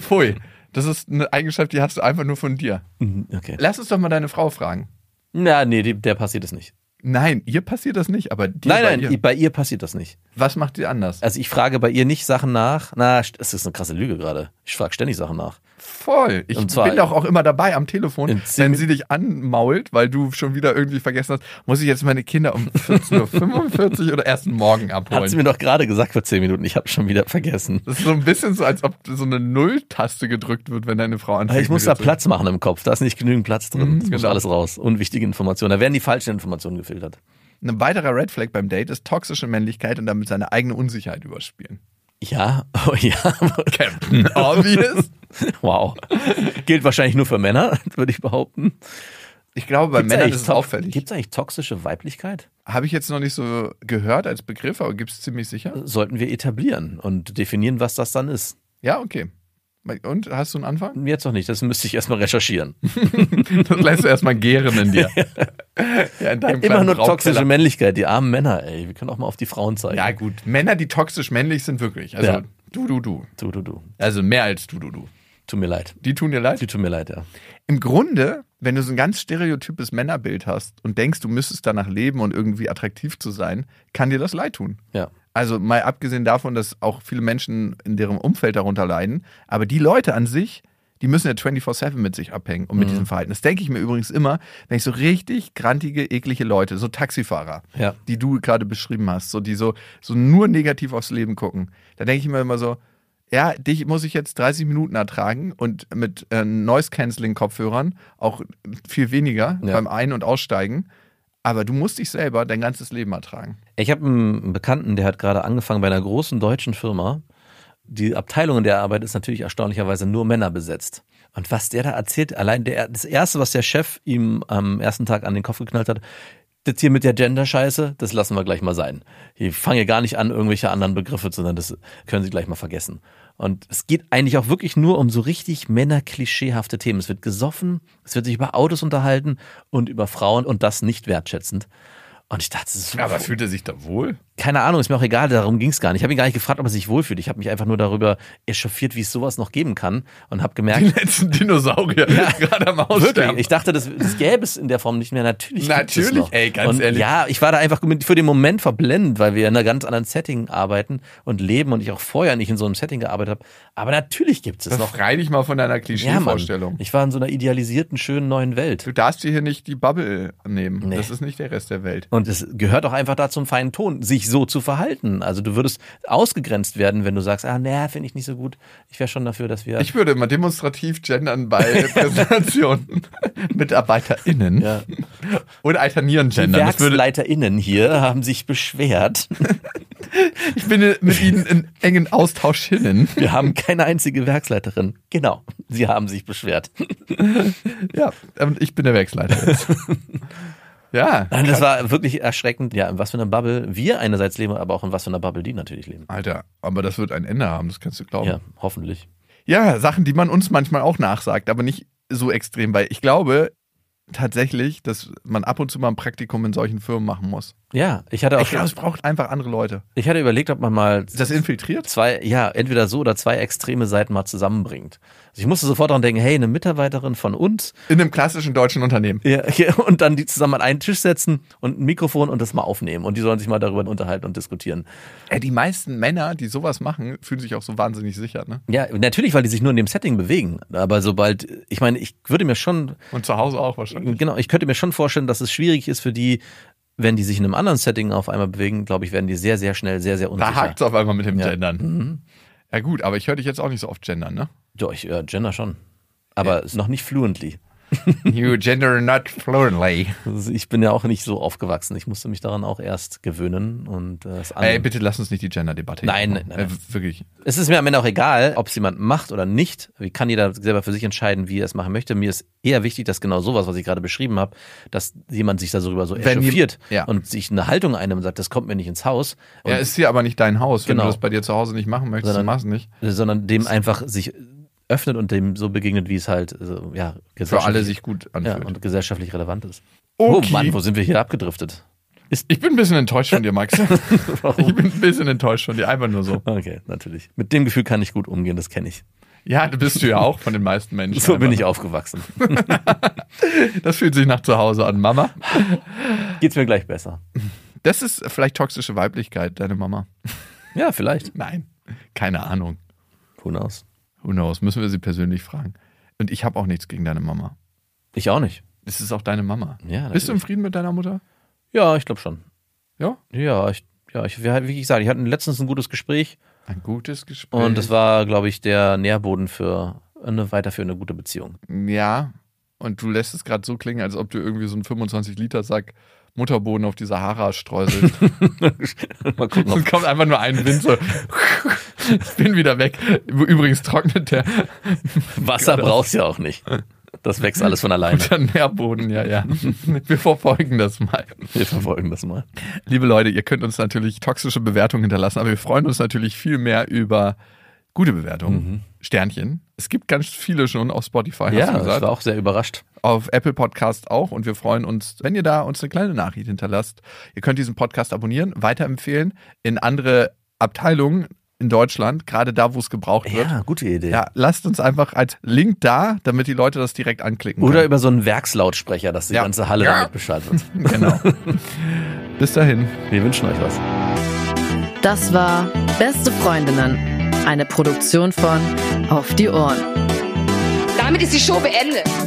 Pfui. Das ist eine Eigenschaft, die hast du einfach nur von dir.
Mhm, okay.
Lass uns doch mal deine Frau fragen.
Na, nee, die, der passiert es nicht.
Nein, ihr passiert das nicht, aber dir
Nein,
bei
nein,
ihr.
i- bei ihr passiert das nicht.
Was macht ihr anders?
Also ich frage bei ihr nicht Sachen nach. Na, st- das ist eine krasse Lüge gerade. Ich frage ständig Sachen nach.
Voll. Ich
Und zwar-
bin doch auch immer dabei am Telefon,
In zehn
wenn sie dich anmault, weil du schon wieder irgendwie vergessen hast, muss ich jetzt meine Kinder um 14.45 Uhr oder erst morgen
Hat sie
abholen.
mir doch gerade gesagt vor zehn Minuten. Ich habe schon wieder vergessen.
Das ist so ein bisschen so, als ob so eine Nulltaste gedrückt wird, wenn deine Frau anfängt.
Ich muss
mit dir
da
zu-
Platz machen im Kopf. Da ist nicht genügend Platz drin.
Mhm,
Das muss
genau.
alles raus. Unwichtige Informationen. Da werden die falschen Informationen gefiltert.
Ein weiterer Red Flag beim Date ist toxische Männlichkeit und damit seine eigene Unsicherheit überspielen.
Ja, oh ja.
Captain Obvious.
Wow. Gilt wahrscheinlich nur für Männer, würde ich behaupten.
Ich glaube, bei Männern ist es auffällig.
Gibt es eigentlich toxische Weiblichkeit?
Habe ich jetzt noch nicht so gehört als Begriff, aber gibt es ziemlich sicher?
Sollten wir etablieren und definieren, was das dann ist.
Ja, okay. Und hast du einen Anfang?
Jetzt noch nicht, das müsste ich erstmal recherchieren.
Das lässt du erstmal gären in dir. ja, in deinem
Immer
kleinen
nur toxische
Rauchkeller.
Männlichkeit, die armen Männer, ey. Wir können auch mal auf die Frauen zeigen.
Ja, gut. Männer, die toxisch männlich sind, wirklich. Also
Ja.
du, du, du.
Du, du, du.
Also mehr als du, du, du.
Tut mir leid.
Die tun dir leid.
Die tut mir leid, ja.
Im Grunde, wenn du so ein ganz stereotypes Männerbild hast und denkst, du müsstest danach leben und irgendwie attraktiv zu sein, kann dir das leid tun.
Ja.
Also mal abgesehen davon, dass auch viele Menschen in deren Umfeld darunter leiden, aber die Leute an sich, die müssen ja 24-7 mit sich abhängen und mit diesem Verhalten. Das denke ich mir übrigens immer, wenn ich so richtig grantige, eklige Leute, so Taxifahrer,
Ja.
die du gerade beschrieben hast, so die so, so nur negativ aufs Leben gucken, da denke ich mir immer so, ja, dich muss ich jetzt 30 Minuten ertragen und mit äh, Noise-Canceling-Kopfhörern auch viel weniger
Ja.
beim Ein- und Aussteigen. Aber du musst dich selber dein ganzes Leben ertragen.
Ich habe einen Bekannten, der hat gerade angefangen bei einer großen deutschen Firma. Die Abteilung, in der er arbeitet, ist natürlich erstaunlicherweise nur Männer besetzt. Und was der da erzählt, allein der, das Erste, was der Chef ihm am ersten Tag an den Kopf geknallt hat, das hier mit der Gender-Scheiße, das lassen wir gleich mal sein. Ich fange gar nicht an, irgendwelche anderen Begriffe zu nennen, das können Sie gleich mal vergessen. Und es geht eigentlich auch wirklich nur um so richtig männerklischeehafte Themen. Es wird gesoffen, es wird sich über Autos unterhalten und über Frauen und das nicht wertschätzend. Und ich dachte, das ist so
Aber fühlt er sich da wohl?
keine Ahnung, ist mir auch egal, darum ging's gar nicht. Ich habe ihn gar nicht gefragt, ob er sich wohlfühlt. Ich habe mich einfach nur darüber echauffiert, wie es sowas noch geben kann und habe
Die
gemerkt,
letzten Dinosaurier gerade am
wirklich,
Aussterben.
ich dachte, das, das gäbe es in der Form nicht mehr. Natürlich. gibt's es
Natürlich,
noch.
ey, ganz
und
ehrlich.
Ja, ich war da einfach mit- für den Moment verblendet, weil wir in einer ganz anderen Setting arbeiten und leben und ich auch vorher nicht in so einem Setting gearbeitet habe. Aber natürlich gibt's es noch.
Befrei dich mal von deiner
Ja, Mann.
Klischeevorstellung.
Ich war in so einer idealisierten, schönen neuen Welt.
du darfst dir hier nicht die Bubble nehmen.
Nee.
Das ist nicht der Rest der Welt.
Und es gehört auch einfach da zum feinen Ton, sich so zu verhalten. Also du würdest ausgegrenzt werden, wenn du sagst, ah, naja, finde ich nicht so gut. Ich wäre schon dafür, dass wir.
Ich würde mal demonstrativ gendern bei Präsentationen. MitarbeiterInnen.
ja.
Oder alternieren
Die
gendern. Das würde,
WerksleiterInnen hier haben sich beschwert.
ich bin mit ihnen in engen Austausch hinnen.
Wir haben keine einzige Werksleiterin. Genau, sie haben sich beschwert.
Ja, und ich bin der Werksleiter jetzt. Ja.
Nein, das war wirklich erschreckend, ja, in was für einer Bubble wir einerseits leben, aber auch in was für einer Bubble die natürlich leben.
Alter, aber das wird ein Ende haben, das kannst du glauben.
Ja, hoffentlich.
Ja, Sachen, die man uns manchmal auch nachsagt, aber nicht so extrem, weil ich glaube tatsächlich, dass man ab und zu mal ein Praktikum in solchen Firmen machen muss.
Ja, ich hatte auch
Ich glaube, es braucht einfach andere Leute.
ich hatte überlegt, ob man mal
Das infiltriert?
zwei, ja, entweder so oder zwei extreme Seiten mal zusammenbringt. Also ich musste sofort daran denken, hey, eine Mitarbeiterin von uns
In einem klassischen deutschen Unternehmen.
ja, hier, und dann die zusammen an einen Tisch setzen und ein Mikrofon und das mal aufnehmen und die sollen sich mal darüber unterhalten und diskutieren.
Ey, die meisten Männer, die sowas machen, fühlen sich auch so wahnsinnig sicher, ne?
Ja, natürlich, weil die sich nur in dem Setting bewegen, aber sobald, ich meine, ich würde mir schon
Und zu Hause auch wahrscheinlich.
Genau, ich könnte mir schon vorstellen, dass es schwierig ist für die, wenn die sich in einem anderen Setting auf einmal bewegen, glaube ich, werden die sehr, sehr schnell, sehr, sehr
Da
unsicher.
hakt's auf einmal mit dem
Ja.
Gendern. Ja gut, aber ich höre dich jetzt auch nicht so oft gendern, ne?
Doch, ich äh, gender schon. Aber ist noch nicht fluently.
You gender not fluently.
Also Ich bin ja auch nicht so aufgewachsen. Ich musste mich daran auch erst gewöhnen und äh, es
Ey,
annehmen.
bitte lass uns nicht die Gender-Debatte hier
Nein,
machen.
nein, nein.
Äh, wirklich.
Es ist mir am Ende auch egal, ob es jemand macht oder nicht. Wie kann jeder selber für sich entscheiden, wie er es machen möchte? Mir ist eher wichtig, dass genau sowas, was ich gerade beschrieben habe, dass jemand sich darüber so
Wenn
echauffiert
jem- ja.
und sich eine Haltung einnimmt und sagt, das kommt mir nicht ins Haus. Und
Ja, ist hier aber nicht dein Haus. Wenn
Genau.
du das bei dir zu Hause nicht machen möchtest, dann
Sondern-
mach's nicht.
sondern dem einfach sich öffnet und dem so begegnet, wie es halt also,
Für
ja,
alle
gesellschaftlich-
sich gut
ja,
anfühlt.
und gesellschaftlich relevant ist.
Okay.
Oh Mann, wo sind wir hier abgedriftet?
ich bin ein bisschen enttäuscht von dir, Max. ich bin ein bisschen enttäuscht von dir, einfach nur so.
Okay, natürlich. Mit dem Gefühl kann ich gut umgehen, das kenne ich.
Ja, du bist du ja auch von den meisten Menschen.
So bin
einfach.
ich aufgewachsen.
Das fühlt sich nach zu Hause an, Mama.
Geht's mir gleich besser.
Das ist vielleicht toxische Weiblichkeit, deine Mama.
Ja, vielleicht.
Nein, keine Ahnung.
Who knows?
Who knows? Müssen wir sie persönlich fragen. Und ich habe auch nichts gegen deine Mama.
Ich auch nicht.
Es ist auch deine Mama.
Ja,
Bist du im
natürlich.
Frieden mit deiner Mutter?
Ja, ich glaube schon.
Ja.
Ja, ich, ja, ich, wir- wie gesagt, ich hatte letztens ein gutes Gespräch
Ein gutes Gespräch.
und das war, glaube ich, der Nährboden für eine weiterführende gute Beziehung.
Ja. Und du lässt es gerade so klingen, als ob du irgendwie so einen 25-Liter-Sack Mutterboden auf die Sahara streuselst.
Mal gucken, ob
Es kommt einfach nur ein Wind so. Ich bin wieder weg. Übrigens trocknet der,
Wasser brauchst du ja auch nicht. Das wächst alles von alleine.
der Nährboden, ja, ja. Wir verfolgen das mal.
Wir verfolgen das mal.
Liebe Leute, ihr könnt uns natürlich toxische Bewertungen hinterlassen, aber wir freuen uns natürlich viel mehr über gute Bewertungen. Sternchen. Es gibt ganz viele schon auf Spotify, hast du
Mhm. Ja, ich
gesagt.
war auch sehr überrascht.
Auf Apple Podcast auch. Und wir freuen uns, wenn ihr da uns eine kleine Nachricht hinterlasst. Ihr könnt diesen Podcast abonnieren, weiterempfehlen in andere Abteilungen in Deutschland, gerade da, wo es gebraucht wird.
gute Idee.
Ja, lasst uns einfach als Link da, damit die Leute das direkt anklicken
Oder
können.
über so einen Werkslautsprecher, dass die
Ja.
ganze Halle
Ja.
damit Bescheid wird.
Genau. Bis dahin.
Wir wünschen euch was.
Das war Beste Freundinnen, eine Produktion von Auf die Ohren.
Damit ist die Show beendet.